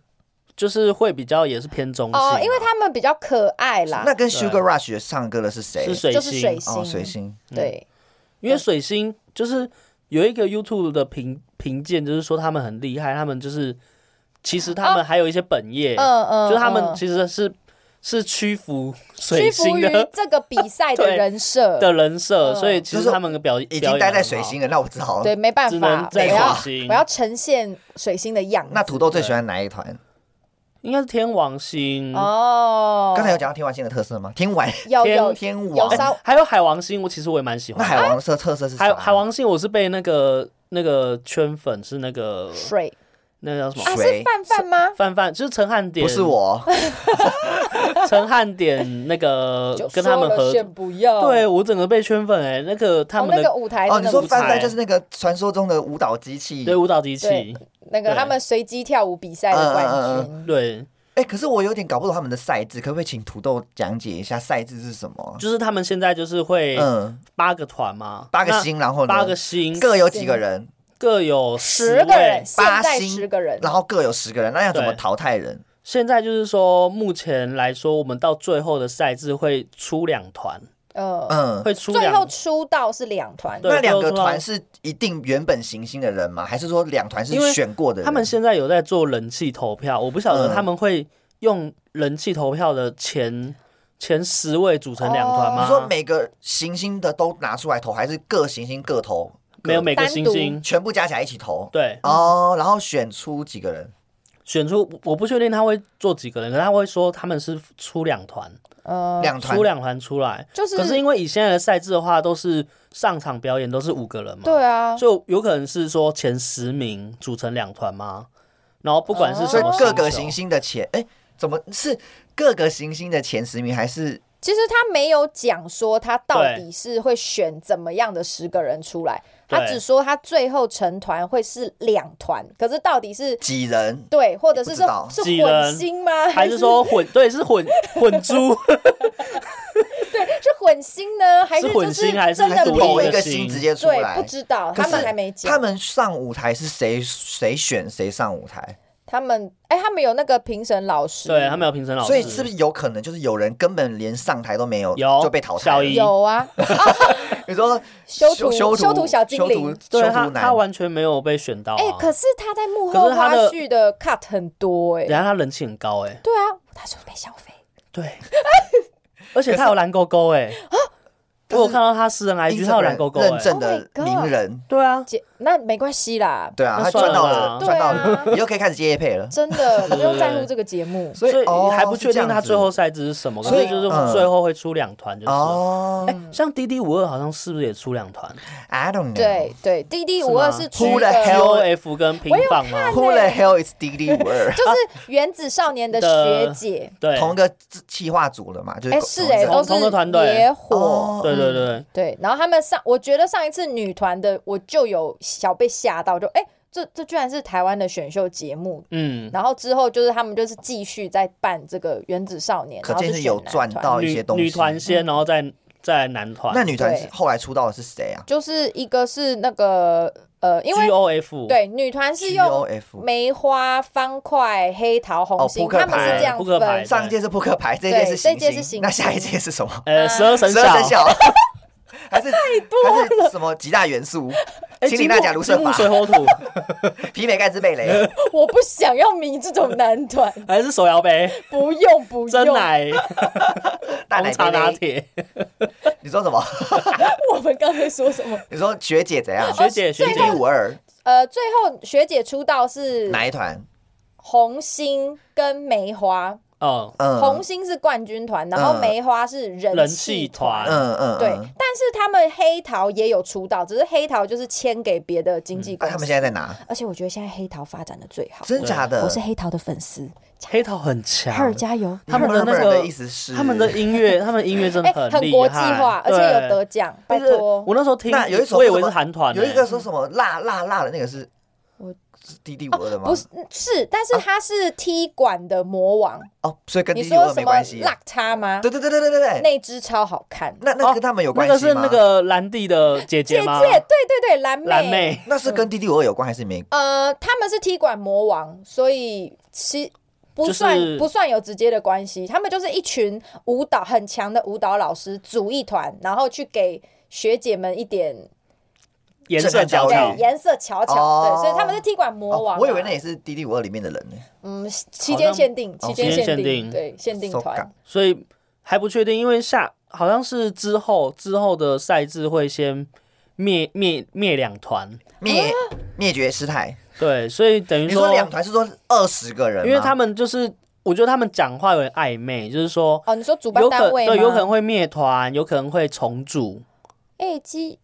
Speaker 1: 就是会比较也是偏中性啊、
Speaker 3: 哦，因为他们比较可爱啦
Speaker 2: 那，跟
Speaker 1: 对
Speaker 2: Sugar Rush 唱歌的是谁？
Speaker 1: 是水
Speaker 3: 就
Speaker 1: 星，
Speaker 3: 是水
Speaker 2: 哦，
Speaker 3: 星，
Speaker 2: 水星。
Speaker 3: 对，
Speaker 1: 因为水星就是有一个 YouTube 的评评鉴，就是说他们很厉害，他们就是其实他们还有一些本业，
Speaker 3: 哦嗯嗯，
Speaker 1: 就是他们
Speaker 3: 嗯
Speaker 1: 其实是是屈服水
Speaker 3: 屈服
Speaker 1: 星
Speaker 3: 于
Speaker 1: 的
Speaker 3: 这个比赛 的
Speaker 1: 对
Speaker 3: 人设，
Speaker 1: 的人设，
Speaker 3: 嗯
Speaker 1: 所以其
Speaker 2: 就
Speaker 1: 实
Speaker 2: 是
Speaker 1: 他们的表
Speaker 2: 已
Speaker 1: 表
Speaker 2: 经
Speaker 1: 演
Speaker 2: 待在
Speaker 1: 很
Speaker 2: 水
Speaker 1: 好
Speaker 2: 星了，那我只好。
Speaker 3: 对，没办
Speaker 1: 哦只
Speaker 3: 法
Speaker 1: 能，
Speaker 3: 我
Speaker 1: 在
Speaker 3: 要
Speaker 1: 水星
Speaker 3: 我要呈现水星的样
Speaker 2: 那
Speaker 3: 子。
Speaker 2: 土豆最喜欢哪一团？
Speaker 1: 应该是天王星，
Speaker 3: 哦，
Speaker 2: 刚才有讲到天王星的特色吗？天王，
Speaker 3: 有
Speaker 1: 天
Speaker 3: 有
Speaker 2: 天
Speaker 3: 有
Speaker 2: 王。
Speaker 3: 稍
Speaker 1: 哎还有海王星，我其实我也蛮喜
Speaker 2: 那
Speaker 1: 欢的。
Speaker 2: 海王的特色是啥
Speaker 1: 海海王星，我是被那个那个圈粉是那个
Speaker 3: 水
Speaker 1: 那叫什么
Speaker 3: 啊，是
Speaker 2: 水
Speaker 3: 范范吗？
Speaker 1: 范范，就是陈汉典，
Speaker 2: 不是我，
Speaker 1: 陈汉典那 个呃跟他们合，
Speaker 3: 不要
Speaker 1: 对我整个被圈粉哎、那个他
Speaker 3: 哦，
Speaker 1: 们
Speaker 3: 那
Speaker 1: 的、
Speaker 3: 个舞台
Speaker 2: 哦，
Speaker 3: 真
Speaker 2: 你
Speaker 3: 的
Speaker 2: 说
Speaker 3: 不错
Speaker 2: 翻
Speaker 1: 舞台
Speaker 2: 翻就是那个传说中的舞蹈机器。
Speaker 1: 对舞蹈机器
Speaker 3: 对，那个
Speaker 1: 对嗯
Speaker 3: 他们随机跳舞比赛的冠军，
Speaker 1: 对，
Speaker 2: 哎，可是我有点搞不懂他们的赛制，可不可以请土豆讲解一下赛制是什么？
Speaker 1: 就是他们现在就是会
Speaker 2: 嗯，
Speaker 1: 八个团嘛，
Speaker 2: 八个
Speaker 1: 那
Speaker 2: 星，然后呢
Speaker 1: 八个星
Speaker 2: 各有几个人，
Speaker 1: 各有
Speaker 3: 十
Speaker 1: 位
Speaker 3: 个人，现
Speaker 2: 八
Speaker 3: 在
Speaker 2: 星
Speaker 3: 十个人，
Speaker 2: 然后各有十个人，那要怎么
Speaker 1: 对
Speaker 2: 淘汰人？
Speaker 1: 现在就是说，目前来说，我们到最后的赛制会出两团，
Speaker 3: 呃，
Speaker 2: 嗯，
Speaker 1: 会出
Speaker 3: 最后
Speaker 1: 两，
Speaker 3: 出道是两团，
Speaker 1: 对
Speaker 2: 那两
Speaker 1: 最后
Speaker 2: 个
Speaker 1: 出来
Speaker 2: 团是一定原本行星的人吗？还是说两团是
Speaker 1: 因为
Speaker 2: 选过的人？
Speaker 1: 他们现在有在做人气投票，我不晓得
Speaker 2: 嗯
Speaker 1: 他们会用人气投票的前前十位组成两团
Speaker 3: 哦
Speaker 2: 你
Speaker 1: 吗？
Speaker 2: 说每个行星的都拿出来投，还是各行星各投？
Speaker 1: 没有
Speaker 2: 各
Speaker 1: 每个
Speaker 3: 单
Speaker 1: 星
Speaker 3: 独
Speaker 1: 星，
Speaker 2: 全部加起来一起投。
Speaker 1: 对，
Speaker 2: 哦，然后选出几个人？
Speaker 1: 选出我我不确定他会做几个人，可是他会说他们是出两团，
Speaker 3: 呃，
Speaker 2: 两团
Speaker 1: 出两团出来。
Speaker 3: 就是
Speaker 1: 可是因为以现在的赛制的话，都是上场表演都是五个人嘛，
Speaker 3: 对啊，
Speaker 1: 所以有可能是说前十名组成两团吗？然后不管是
Speaker 2: 哦所
Speaker 1: 什
Speaker 2: 以
Speaker 1: 么
Speaker 2: 各个行
Speaker 1: 星球，
Speaker 2: 星的前，哎，怎么是各个行星的前十名，还是
Speaker 3: 其实他没有讲说他到
Speaker 1: 对
Speaker 3: 底是会选怎么样的十个人出来，
Speaker 1: 对
Speaker 3: 他只说他最后成团会是两团，可是到底是
Speaker 2: 几人？
Speaker 3: 对，或者是
Speaker 2: 不知
Speaker 3: 说
Speaker 2: 道
Speaker 3: 是
Speaker 1: 几
Speaker 3: 混
Speaker 1: 人
Speaker 3: 星吗？
Speaker 1: 还是说混对是混混 珠？
Speaker 3: 对是混星呢？还
Speaker 1: 是
Speaker 3: 就
Speaker 1: 混星还是
Speaker 3: 真
Speaker 2: 还
Speaker 3: 的
Speaker 2: 是
Speaker 1: 独立
Speaker 2: 某一
Speaker 1: 的
Speaker 2: 个
Speaker 1: 星
Speaker 2: 星直接出
Speaker 3: 对，
Speaker 2: 来
Speaker 3: 不？知道，
Speaker 2: 可
Speaker 3: 他
Speaker 2: 是
Speaker 3: 们还没讲。
Speaker 2: 他们上舞台是谁谁选谁上舞台？
Speaker 3: 他们哎、他们有那个评审老师，
Speaker 1: 对，他们有评审老师，
Speaker 2: 所以是不是有可能就是有人根本连上台都没有，
Speaker 1: 有
Speaker 2: 就被淘汰
Speaker 1: 小
Speaker 2: 了？
Speaker 1: 一
Speaker 3: 有啊，
Speaker 2: 比如说
Speaker 3: 修图
Speaker 2: 修
Speaker 3: 修图小精
Speaker 2: 修
Speaker 3: 灵
Speaker 2: 图
Speaker 1: 对
Speaker 2: 修
Speaker 1: 他
Speaker 2: 图
Speaker 1: 他
Speaker 2: 男，
Speaker 1: 完全没有被选到、啊？
Speaker 3: 哎、可是他在幕
Speaker 1: 可
Speaker 3: 后
Speaker 1: 是他
Speaker 3: 花
Speaker 1: 的
Speaker 3: 絮的 cut 很多哎、
Speaker 1: 等一下他人气很高哎、
Speaker 3: 对啊，他说被消费，
Speaker 1: 对，而且他有蓝勾勾哎、
Speaker 3: 啊
Speaker 1: 我有看到他私人 IG，他有蓝勾勾、欸、
Speaker 2: 认证的
Speaker 3: Oh my
Speaker 2: 名
Speaker 3: God
Speaker 2: 人，
Speaker 1: 对啊，
Speaker 3: 姐那没关系啦，
Speaker 2: 对啊，
Speaker 1: 那
Speaker 2: 他
Speaker 1: 算
Speaker 2: 赚到
Speaker 1: 了吧
Speaker 2: 了，赚到
Speaker 3: 对啊
Speaker 2: 了，以后可以开始接夜配 了。
Speaker 3: 真的不
Speaker 1: 对
Speaker 3: 用在乎
Speaker 1: 对
Speaker 3: 这个节目。
Speaker 1: 所
Speaker 2: 所
Speaker 1: 以
Speaker 2: 以哦
Speaker 1: 还不确定他最后
Speaker 2: 是
Speaker 1: 赛制是什么，
Speaker 2: 所
Speaker 1: 所
Speaker 2: 以
Speaker 1: 以就是
Speaker 2: 嗯
Speaker 1: 最后会出两团，就
Speaker 2: 这样子
Speaker 1: 是。
Speaker 2: 哦
Speaker 1: 哎、像 D D 五二好像是不是也出两团
Speaker 2: ，I don't know，
Speaker 3: 对对，D D
Speaker 1: 哦是吗
Speaker 3: 五二是出一
Speaker 2: Who the
Speaker 1: ？P
Speaker 2: hell-
Speaker 3: 个，
Speaker 1: O F 跟平榜吗？
Speaker 2: ，Who the hell is DD 五二？
Speaker 3: 就是原子少年的学
Speaker 1: 的
Speaker 3: 姐，
Speaker 1: 对，
Speaker 2: 同一个企划组的嘛，就是
Speaker 3: 哎、
Speaker 2: 同
Speaker 3: 是
Speaker 2: 一
Speaker 3: 哎、
Speaker 2: 个
Speaker 3: 都
Speaker 1: 同一个团
Speaker 3: 是
Speaker 1: 队
Speaker 3: 野火
Speaker 2: 哦，
Speaker 1: 对对对，
Speaker 3: 对，然后他们上，我觉得上一次女团的我就有小被吓到，就哎、这这居然是台湾的选秀节目。
Speaker 1: 嗯，
Speaker 3: 然后之后就是他们就是继续在办这个《原子少年》，
Speaker 2: 可
Speaker 3: 然后
Speaker 2: 见
Speaker 3: 是
Speaker 2: 是
Speaker 3: 选
Speaker 2: 有
Speaker 3: 男
Speaker 2: 赚
Speaker 3: 团
Speaker 2: 到一些
Speaker 1: 女
Speaker 2: 东西。
Speaker 1: 女团先，然后再再男团，
Speaker 2: 那女团
Speaker 3: 对
Speaker 2: 后来出道的是谁啊
Speaker 3: 就是一个是那个呃，因为
Speaker 1: G O F
Speaker 3: 对女团是
Speaker 2: ？G
Speaker 3: 用
Speaker 2: O F。
Speaker 3: 梅花、方块、黑桃、红
Speaker 2: 哦
Speaker 3: 心，
Speaker 2: 扑克
Speaker 3: 他们是
Speaker 1: 牌
Speaker 3: 这样
Speaker 1: 扑克牌
Speaker 3: 分。
Speaker 2: 上一届是扑克牌，这一届
Speaker 3: 对
Speaker 2: 是
Speaker 3: 这一
Speaker 2: 行
Speaker 3: 届是
Speaker 2: 星，
Speaker 3: 行
Speaker 2: 那下一届是什么？
Speaker 1: 呃，十 二生
Speaker 2: 十二生
Speaker 1: 肖，
Speaker 2: 肖，还是还是什么几大元 素？
Speaker 1: 哎
Speaker 2: 请你大甲卢瑟
Speaker 1: 金木
Speaker 2: 法、
Speaker 1: 水火土，
Speaker 2: 皮美盖茨贝雷。
Speaker 1: 呃
Speaker 3: 我不想要迷这种男团，
Speaker 1: 还是手摇杯、
Speaker 3: 不用不
Speaker 1: 真
Speaker 3: 用，
Speaker 1: 奶、
Speaker 2: 大
Speaker 1: 红
Speaker 2: 奶
Speaker 1: 茶
Speaker 2: 杯
Speaker 1: 拿
Speaker 2: 杯，
Speaker 1: 铁、
Speaker 2: 你说什么？
Speaker 3: 我们刚才说什么？
Speaker 2: 你说学姐怎样？
Speaker 1: 学姐学
Speaker 2: 学
Speaker 1: 姐
Speaker 2: 姐五二
Speaker 3: 呃，最后学姐出道是
Speaker 2: 哪一团？
Speaker 3: 红心跟梅花，
Speaker 1: 哦，
Speaker 2: 嗯，
Speaker 3: 红星是冠军团，然后
Speaker 2: 嗯
Speaker 3: 梅花是人
Speaker 1: 人
Speaker 3: 气
Speaker 1: 气
Speaker 3: 团
Speaker 1: 团。
Speaker 2: 嗯嗯，
Speaker 3: 对，
Speaker 2: 嗯
Speaker 3: 但是他们黑桃也有出道，只是黑桃就是签给别的经纪公
Speaker 1: 哎
Speaker 2: 啊他们
Speaker 3: 司，
Speaker 2: 现在在哪？
Speaker 3: 而且我觉得现在黑桃发展的最好。
Speaker 2: 真假
Speaker 1: 嗯
Speaker 2: 的
Speaker 3: 我？是黑桃的粉丝，
Speaker 1: 黑桃很
Speaker 3: 哈尔
Speaker 1: 强，
Speaker 3: 加油！
Speaker 1: 他们的那
Speaker 2: Murmur
Speaker 1: 个
Speaker 2: 意思是
Speaker 1: 他们的音乐， 他们的音乐真的
Speaker 3: 哎、
Speaker 1: 很
Speaker 3: 很
Speaker 1: 厉
Speaker 3: 国际
Speaker 1: 害
Speaker 3: 化，而且
Speaker 1: 对
Speaker 3: 有得奖，拜
Speaker 1: 就是
Speaker 3: 托。
Speaker 1: 我那时候听，
Speaker 2: 那有一首
Speaker 1: 我以
Speaker 2: 是
Speaker 1: 为是
Speaker 2: 什
Speaker 1: 欸
Speaker 2: 么
Speaker 1: 韩团、
Speaker 2: 有一个说什么辣辣辣的那个是
Speaker 3: 我哦
Speaker 2: 是 D D 五二的吗？
Speaker 3: 不是，嗯是，但
Speaker 1: 啊
Speaker 3: 是他是踢馆的魔王。
Speaker 2: 哦，所以跟
Speaker 3: 你
Speaker 2: D D 五二
Speaker 3: 说什
Speaker 2: 没
Speaker 3: 么
Speaker 2: 关系。
Speaker 3: 辣叉吗？
Speaker 2: 对对对对对对对，
Speaker 3: 那只超好看，
Speaker 2: 那那跟他们有
Speaker 1: 那
Speaker 2: 关
Speaker 1: 个
Speaker 2: 系吗？
Speaker 1: 是那个兰蒂的姐
Speaker 3: 姐
Speaker 1: 姐
Speaker 3: 姐，
Speaker 1: 吗？
Speaker 3: 对对对，蓝妹。
Speaker 1: 蓝妹，
Speaker 2: 那是跟 D D 五二有关还是没？
Speaker 3: 呃，他们是踢馆魔王，所以其不
Speaker 1: 就是
Speaker 3: 算、不算有直接的关系。他们就是一群舞蹈很强的舞蹈老师组一团，然后去给学姐们一点
Speaker 1: 颜色
Speaker 2: 哦
Speaker 1: 皎
Speaker 3: 对
Speaker 1: 皎。
Speaker 3: 颜色瞧瞧。
Speaker 2: 哦
Speaker 3: 对，所以他们是踢馆魔王啊、
Speaker 2: 哦我以为那也是 D D 五二里面的人呢。
Speaker 3: 嗯期间限定，
Speaker 2: 好
Speaker 3: 期
Speaker 1: 哦
Speaker 2: 像
Speaker 3: 间限
Speaker 1: 期间限定
Speaker 3: 对限定
Speaker 2: So
Speaker 3: 团
Speaker 2: ga-
Speaker 1: 所以还不确定，因为下好像是之后之后的赛制会先灭灭灭两团，
Speaker 2: 灭灭绝师太，
Speaker 1: 对，所以等于
Speaker 2: 你说两团是说二十个人吗？
Speaker 1: 因为他们就是我觉得他们讲话有点暧昧，就是说
Speaker 3: 哦，你说主办
Speaker 1: 有可
Speaker 3: 单位
Speaker 1: 对有可能
Speaker 3: 吗？
Speaker 1: 会灭团，有可能会重 组
Speaker 3: 哎，鸡，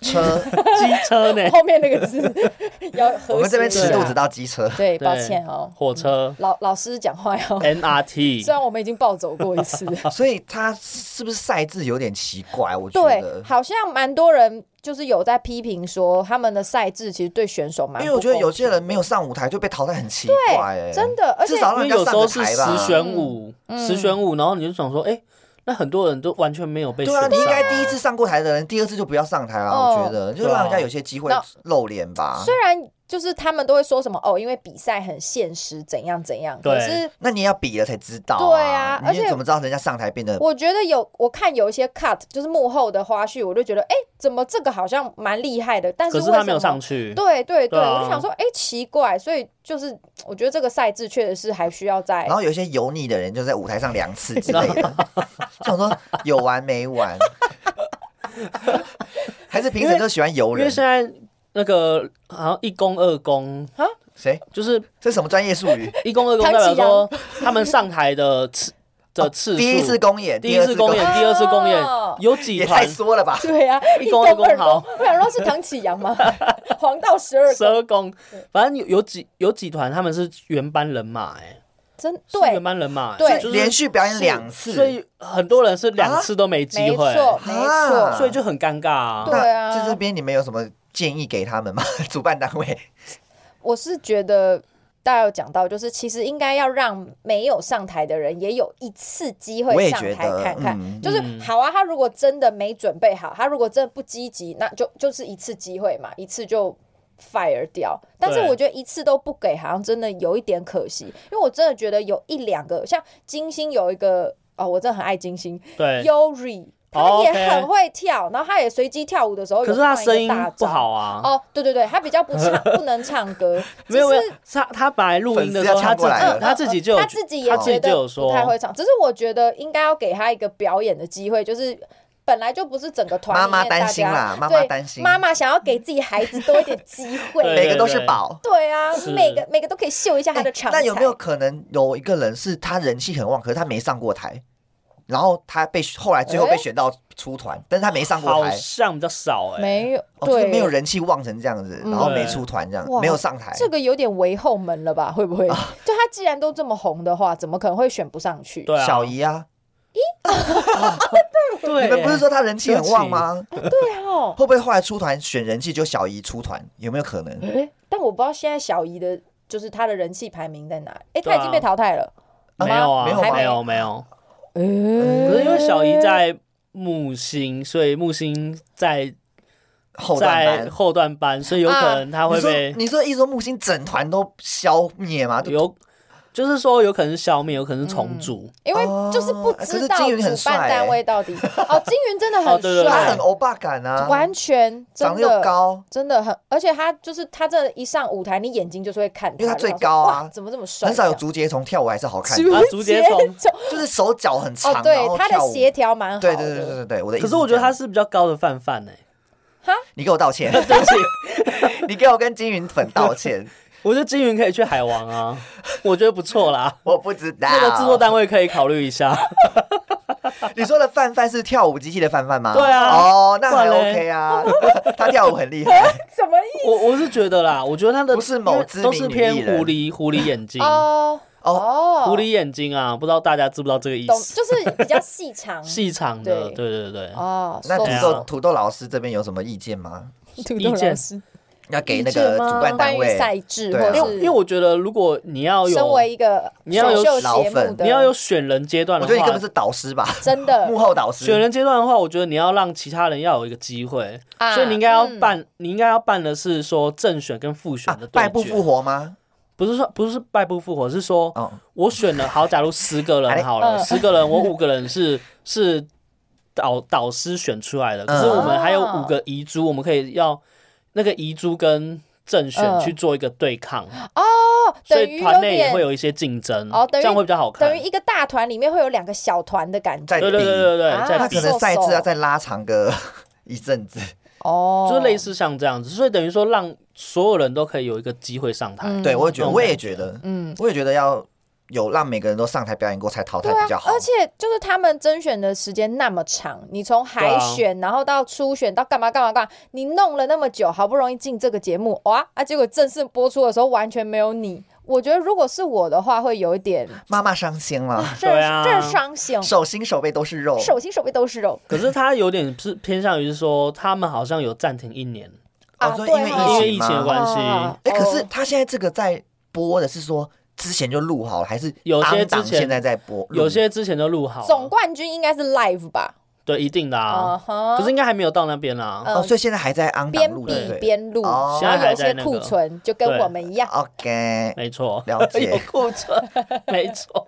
Speaker 2: 车，
Speaker 1: 机车呢
Speaker 3: 后面那个字 要和谐一下
Speaker 2: 我们这边尺度
Speaker 1: 只
Speaker 2: 只到机车。
Speaker 3: 对，
Speaker 1: 对
Speaker 3: 抱歉哦，
Speaker 1: 火车
Speaker 3: 老老师讲话
Speaker 2: 哦
Speaker 3: 要，
Speaker 2: 哎
Speaker 3: 虽
Speaker 1: MRT，
Speaker 3: 然我们已经暴走过一次。
Speaker 2: 所以他是不是赛制有点奇怪？我觉
Speaker 3: 对，
Speaker 2: 得，
Speaker 3: 好像蛮多人就是有在批评说他们的赛制其实对选手蛮
Speaker 2: 因
Speaker 3: 不公平，
Speaker 2: 为我觉得有些人没有上舞台就被淘汰，很奇怪哎。
Speaker 3: 对真的，而且
Speaker 2: 至少
Speaker 1: 因为
Speaker 2: 让人
Speaker 1: 有
Speaker 2: 家
Speaker 1: 时
Speaker 2: 上
Speaker 1: 候
Speaker 2: 个
Speaker 1: 是
Speaker 2: 台
Speaker 1: 十
Speaker 2: 吧。嗯
Speaker 1: 选五，十选五，然后你就想说，哎，那很多人都完全没有被选
Speaker 2: 对啊，
Speaker 1: 上，
Speaker 2: 你应该第一次上过台的人，第二次就不要上台了。
Speaker 3: 哦
Speaker 2: 我觉得，就让人家有些机会
Speaker 3: 那
Speaker 2: 露脸吧。
Speaker 3: 虽然就是他们都会说什么哦，因为比赛很现实，怎样怎样，可
Speaker 1: 对
Speaker 3: 是
Speaker 2: 那你也要比了才知道。
Speaker 3: 对啊而
Speaker 2: 你
Speaker 3: 且
Speaker 2: 怎么知道人家上台变得？
Speaker 3: 我觉得有，我看有一些 cut，就是幕后的花絮，我就觉得，哎、怎么这个好像蛮厉害的，但
Speaker 1: 可
Speaker 3: 是
Speaker 1: 是
Speaker 3: 为什么
Speaker 1: 他没有上去，
Speaker 3: 对对对，
Speaker 1: 对啊
Speaker 3: 我就想说，哎、奇怪，所以就是我觉得这个赛制确实是还需要再
Speaker 2: 然后有一些油腻的人就在舞台上两次之类 的，想说有完没完， 还是评审都喜欢油
Speaker 1: 因为
Speaker 2: 人？
Speaker 1: 现在那个好像一公二公，
Speaker 2: 谁？
Speaker 1: 就是
Speaker 2: 这是什么专业术语？
Speaker 1: 一公二公代
Speaker 3: 唐
Speaker 1: 表
Speaker 3: 启阳
Speaker 1: 说他们上台的次的次数，
Speaker 2: 哦第一次公演，
Speaker 1: 第一次公
Speaker 2: 第二次
Speaker 1: 演，第二次公演
Speaker 3: 哦
Speaker 1: 有几
Speaker 2: 也太
Speaker 1: 团
Speaker 2: 缩了吧？
Speaker 3: 对啊，
Speaker 1: 一公二公
Speaker 3: 二
Speaker 1: 好
Speaker 3: 公，我想说是唐启 阳吗？黄道十二
Speaker 1: 十
Speaker 3: 宫，
Speaker 1: 二公，反正有有几有几团他们是原班人马，哎，
Speaker 3: 真
Speaker 1: 是
Speaker 3: 对
Speaker 1: 原，班人马，哎
Speaker 3: 对
Speaker 1: 就是
Speaker 2: 连续表演两次，
Speaker 1: 所以很多人是两次都没机
Speaker 3: 没
Speaker 1: 会，
Speaker 3: 错没错
Speaker 2: 啊，
Speaker 1: 所以就很尴尬啊。
Speaker 3: 对啊
Speaker 2: 那在这边你们有什么建议给他们吗？ 主办单位
Speaker 3: 我是觉得大家有讲到，就是其实应该要让没有上台的人也有一次机
Speaker 2: 我
Speaker 3: 会
Speaker 2: 也
Speaker 3: 上
Speaker 2: 觉
Speaker 3: 台
Speaker 2: 得
Speaker 3: 看看。
Speaker 2: 嗯
Speaker 3: 就是好啊，他如果真的没准备好，他如果真的不积极，那就就是一次机会嘛，一次就 fire 掉。但是
Speaker 1: 对
Speaker 3: 我觉得一次都不给，好像真的有一点可惜，因为我真的觉得有一两个，像金星有一个哦，我真的很爱金星
Speaker 1: 对，
Speaker 3: ，Yuri，他
Speaker 1: 哦
Speaker 3: 也
Speaker 1: ，OK
Speaker 3: 很会跳，然后他也随机跳舞的时候，
Speaker 1: 可是他声音不
Speaker 3: 好。
Speaker 1: 好啊。
Speaker 3: 哦，对对对，他比较不唱，不能唱歌，
Speaker 1: 没有没有
Speaker 3: 只是，呃
Speaker 1: 他他本来录音的时候，
Speaker 2: 哦粉丝要
Speaker 1: 他
Speaker 2: 呛
Speaker 1: 自
Speaker 2: 过来
Speaker 1: 己呃
Speaker 2: 了
Speaker 1: 他自己就有
Speaker 3: 他自己也
Speaker 1: 他自己
Speaker 3: 觉
Speaker 1: 就
Speaker 3: 得
Speaker 1: 有说
Speaker 3: 不太会唱，只是我觉得应该要给他一个表演的机会，就是本来就不是整个团
Speaker 2: 妈
Speaker 3: 里面
Speaker 2: 妈担
Speaker 3: 大
Speaker 2: 心
Speaker 3: 家
Speaker 2: 啦，妈妈
Speaker 3: 对
Speaker 2: 担心，
Speaker 3: 妈妈想要给自己孩子多一点机
Speaker 1: 对
Speaker 3: 会，
Speaker 2: 每个都是宝。
Speaker 3: 对啊，每个每个都可以秀一下他的
Speaker 2: 哎
Speaker 3: 长才。
Speaker 2: 那有没有可能有一个人是他人气很旺，可是他没上过台，然后他被后来最后被
Speaker 3: 哎
Speaker 2: 选到出团，但是他没上过
Speaker 1: 好
Speaker 2: 台，
Speaker 1: 像比较少哎，
Speaker 3: 没有？
Speaker 2: 哦就是
Speaker 3: 对，
Speaker 2: 没有人气旺成这样子，
Speaker 3: 嗯
Speaker 2: 然后没出团这样
Speaker 3: 哇，
Speaker 2: 没有上台，
Speaker 3: 这个有点为后门了吧？会不会？就他既然都这么红的话，怎么可能会选不上去？
Speaker 1: 对啊，
Speaker 2: 小姨啊，
Speaker 1: 对，
Speaker 2: 你们不是说他人气很旺吗？
Speaker 3: 对哦，
Speaker 2: 会不会后来出团选人气就小姨出团，有没有可能？
Speaker 3: 哎，但我不知道现在小姨的，就是她的人气排名在哪里。哎，
Speaker 1: 对啊
Speaker 3: 她已经被淘汰了。
Speaker 1: 没有
Speaker 3: 吗
Speaker 1: 啊，
Speaker 2: 没有
Speaker 3: 还
Speaker 2: 吗
Speaker 1: 没有没有，
Speaker 3: 嗯
Speaker 1: 可是因为小姨在木星，所以木星在
Speaker 2: 后段
Speaker 1: 在
Speaker 2: 班。嗯
Speaker 1: 后段班，所以有可能他会
Speaker 2: 你说
Speaker 1: 被
Speaker 2: 你说一说木星整团都消灭吗？
Speaker 1: 有，就是说有可能是消灭，有可能是重
Speaker 2: 嗯
Speaker 1: 组。
Speaker 3: 因为就是不
Speaker 2: 哦
Speaker 3: 知
Speaker 2: 可
Speaker 3: 道
Speaker 2: 是金
Speaker 3: 主
Speaker 2: 云很帅
Speaker 3: 办
Speaker 2: 欸
Speaker 3: 单位到底。 哦，金云真的
Speaker 1: 哦
Speaker 3: 很
Speaker 1: 对对对
Speaker 2: 他
Speaker 3: 帅
Speaker 2: 很，欧巴感啊，
Speaker 3: 完全真
Speaker 2: 长得又
Speaker 3: 的
Speaker 2: 高，
Speaker 3: 真的很，而且他就是他真的，一上舞台你眼睛就是会看他，
Speaker 2: 因为他
Speaker 3: 就想
Speaker 2: 最高啊
Speaker 3: 说哇怎么这么帅？
Speaker 2: 很少有竹节虫跳舞还是好看
Speaker 3: 这
Speaker 2: 的，
Speaker 3: 样
Speaker 1: 啊竹节虫
Speaker 3: 虫
Speaker 2: 就是手脚很长，
Speaker 3: 哦，
Speaker 2: 然
Speaker 3: 对，
Speaker 2: 后
Speaker 3: 他的
Speaker 2: 跳舞
Speaker 3: 协调蛮好
Speaker 2: 对
Speaker 3: 的。
Speaker 2: 对对对对对，我的意思
Speaker 1: 可是我觉得
Speaker 2: 这样
Speaker 1: 他是比较高的欸范范呢，
Speaker 2: 你给我道歉，
Speaker 1: 对不起，
Speaker 2: 你给我跟金云粉 道歉，
Speaker 1: 我觉得金云可以去海王啊， 我觉得不错 啦。
Speaker 2: 我不知道。
Speaker 1: 那个制作单位可以考虑一 下，
Speaker 2: 你说的范范是跳舞机器的范范吗？
Speaker 1: 对啊
Speaker 2: 哦，那还
Speaker 1: 不然嘞
Speaker 2: OK 啊， 他跳舞很厉害。
Speaker 3: 什么意
Speaker 1: 我我是觉得啦，我觉得他的
Speaker 2: 不是某知名
Speaker 1: 都是偏
Speaker 2: 女艺人
Speaker 1: 狐狸狐狸眼睛
Speaker 3: 思？，
Speaker 2: 嗯
Speaker 3: 哦哦
Speaker 1: 狐狸眼睛啊，不知道大家知不知道这个意
Speaker 3: 懂，
Speaker 1: 思？
Speaker 3: 就是比较细长
Speaker 1: 细长的，
Speaker 3: 对
Speaker 1: 对对对，
Speaker 3: 哦。
Speaker 2: 那
Speaker 3: 瘦
Speaker 2: 土豆
Speaker 1: 啊
Speaker 2: 土豆老师这边有什么意见吗？
Speaker 3: 土
Speaker 1: 意
Speaker 3: 豆老
Speaker 1: 见
Speaker 3: 师
Speaker 2: 要给那个主办单
Speaker 3: 关于
Speaker 2: 位，
Speaker 3: 赛制，
Speaker 2: 对啊
Speaker 3: 或
Speaker 1: 因为因为
Speaker 3: 是
Speaker 1: 我觉得如果你要有
Speaker 3: 身为一个
Speaker 1: 你要有
Speaker 3: 选秀
Speaker 2: 老
Speaker 3: 节目
Speaker 2: 粉
Speaker 3: 的，
Speaker 1: 你要有选人阶段
Speaker 2: 我
Speaker 1: 的
Speaker 2: 觉得你根本
Speaker 1: 话，
Speaker 2: 是导师吧，
Speaker 3: 真的
Speaker 2: 幕后导师。
Speaker 1: 选人阶段的话，我觉得你要让其他人要有一个机会，
Speaker 3: 啊
Speaker 1: 所以你应该要
Speaker 3: 嗯
Speaker 1: 办，你应该要办的是说正选跟复选
Speaker 2: 啊
Speaker 1: 的，对
Speaker 2: 败不
Speaker 1: 决
Speaker 2: 复活吗？
Speaker 1: 不是说不是败不复活，是说
Speaker 2: 哦，
Speaker 1: 我选了好，假如十个
Speaker 2: 哎
Speaker 1: 人好了，
Speaker 3: 嗯
Speaker 1: 十个人我五个人是是导导师选出来的，可是我们还有
Speaker 3: 嗯
Speaker 1: 五个遗珠，我们可以要那个遗珠跟正选
Speaker 3: 嗯
Speaker 1: 去做一个对抗，
Speaker 3: 哦，
Speaker 1: 所
Speaker 3: 等
Speaker 1: 以
Speaker 3: 于
Speaker 1: 团
Speaker 3: 有
Speaker 1: 内也会
Speaker 3: 点
Speaker 1: 有一些竞争，
Speaker 3: 哦
Speaker 1: 这
Speaker 3: 等于
Speaker 1: 样会比较好看
Speaker 3: 等于。一个大团里面会有两个小团的感觉
Speaker 2: 在
Speaker 1: 对对对对对，
Speaker 3: 啊
Speaker 1: 在
Speaker 2: 那
Speaker 1: 比
Speaker 2: 可能赛制
Speaker 3: 瘦瘦
Speaker 2: 要再拉长个 一阵子。
Speaker 3: 哦，
Speaker 1: 就是类似像这样子，所以等于说让所有人都可以有一个机会上台。
Speaker 3: 嗯
Speaker 2: 对，我也觉
Speaker 1: 那
Speaker 2: 得，
Speaker 1: 种
Speaker 2: 我也
Speaker 1: 感觉
Speaker 2: 觉得，
Speaker 3: 嗯。
Speaker 2: 我也觉得要有让每个人都上台表演过才淘汰
Speaker 3: 对啊
Speaker 2: 比较，好
Speaker 3: 而。且就是他们甄选的时间那么长，你从海
Speaker 1: 啊
Speaker 3: 选，然后到初选，到干嘛干嘛干嘛，你弄了那么久，好不容易进这个节目，哇啊！结果正式播出的时候完全没有你，我觉得如果是我的话，会有一点
Speaker 2: 妈妈伤 心了，
Speaker 3: 这
Speaker 1: 对啊
Speaker 3: 这伤心，
Speaker 2: 手心手背都是肉。
Speaker 3: 嗯手心手背都是肉
Speaker 1: 可是他有点是偏向于说，他们好像有暂停一年，
Speaker 3: 啊！
Speaker 2: 哦所以
Speaker 3: 对
Speaker 2: 因为
Speaker 3: 哦
Speaker 1: 因为疫情的
Speaker 2: 吗
Speaker 1: 关系，
Speaker 3: 啊
Speaker 2: 哎，可是
Speaker 3: 哦
Speaker 2: 他现在这个在播的是说之前就录好了，还是
Speaker 1: 有些
Speaker 2: 昂档
Speaker 1: 之前
Speaker 2: 现在在播？录
Speaker 1: 有些之前就录好了，
Speaker 3: 总呃冠军应该是 live 吧？
Speaker 1: 对一定的哦啊，
Speaker 3: 哈
Speaker 1: 可是应该还没有到那边啊啦。
Speaker 2: 哦，所以现在还在昂档
Speaker 3: 嗯边
Speaker 2: 录对不
Speaker 3: 比
Speaker 2: 对
Speaker 3: 边录，
Speaker 2: 哦
Speaker 3: 然后有些库存就跟
Speaker 1: 对
Speaker 3: 我们一样。
Speaker 2: ？OK，
Speaker 1: 没错，
Speaker 2: 了
Speaker 1: 有
Speaker 2: 解。
Speaker 1: 库存，没错，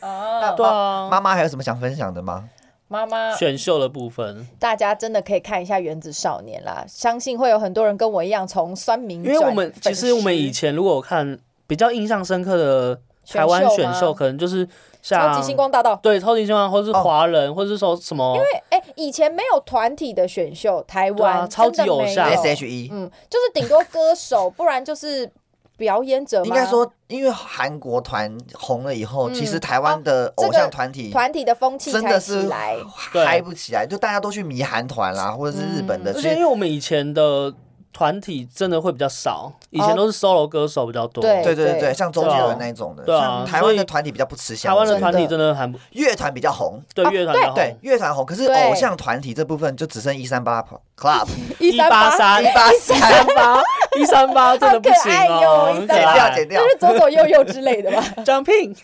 Speaker 3: 哦
Speaker 1: 对啊。
Speaker 2: 妈妈还有什么想分享的吗？
Speaker 3: 妈妈，
Speaker 1: 选秀的部分，
Speaker 3: 大家真的可以看一下《原子少年》啦，相信会有很多人跟我一样从酸民
Speaker 1: 因
Speaker 3: 转粉
Speaker 1: 为
Speaker 3: 丝，
Speaker 1: 我们其实我们以前如果看比较印象深刻的台湾选秀，
Speaker 3: 吗
Speaker 1: 可能就是像
Speaker 3: 超级星光大道。
Speaker 1: 对超级星光，或是
Speaker 2: 哦
Speaker 1: 华人，或是说什么，因为
Speaker 3: 哎、以前没有团体的选秀，台
Speaker 1: 对啊
Speaker 3: 湾、
Speaker 1: 超级
Speaker 3: 真的
Speaker 1: 偶
Speaker 3: 没
Speaker 1: 像
Speaker 3: 有
Speaker 2: S H E，
Speaker 3: 嗯，就是顶多歌手，不然就是表演者吗。
Speaker 2: 应该说，因为韩国团红了以后，
Speaker 3: 嗯
Speaker 2: 其实台湾的偶像团体
Speaker 3: 团体的风气
Speaker 2: 真
Speaker 3: 才
Speaker 2: 的
Speaker 3: 起
Speaker 2: 是
Speaker 3: 来。嗯
Speaker 1: 对
Speaker 2: 嗨不起来，就大家都去迷韩团啦，或者是日本的，
Speaker 1: 而
Speaker 2: 所
Speaker 1: 且因
Speaker 2: 以
Speaker 1: 为我们以前的团体真的会比较少，以前都是 solo 歌手比较多，
Speaker 3: 对
Speaker 2: 对对
Speaker 3: 对
Speaker 2: 对对，像周杰伦那一种的，
Speaker 1: 对啊
Speaker 2: 像台湾
Speaker 1: 所以
Speaker 2: 的团体比较不吃香，
Speaker 1: 台湾
Speaker 2: 我
Speaker 1: 的
Speaker 2: 觉
Speaker 1: 团
Speaker 2: 得
Speaker 1: 体真的还不
Speaker 2: 乐团比较红。
Speaker 1: 对
Speaker 3: 啊
Speaker 1: 乐团的
Speaker 2: 对
Speaker 1: 红，
Speaker 2: 乐团红，可是
Speaker 3: 对
Speaker 2: 偶像团体这部分就只剩一三八 club
Speaker 1: 一八三
Speaker 2: 一八三，
Speaker 1: 八一三八真的不行哦，
Speaker 3: 好可爱哟
Speaker 1: 很可
Speaker 2: 剪
Speaker 3: 138
Speaker 2: 掉
Speaker 1: 爱
Speaker 2: 剪。掉
Speaker 3: 就，是左左右右之类的 吧。
Speaker 1: Jumping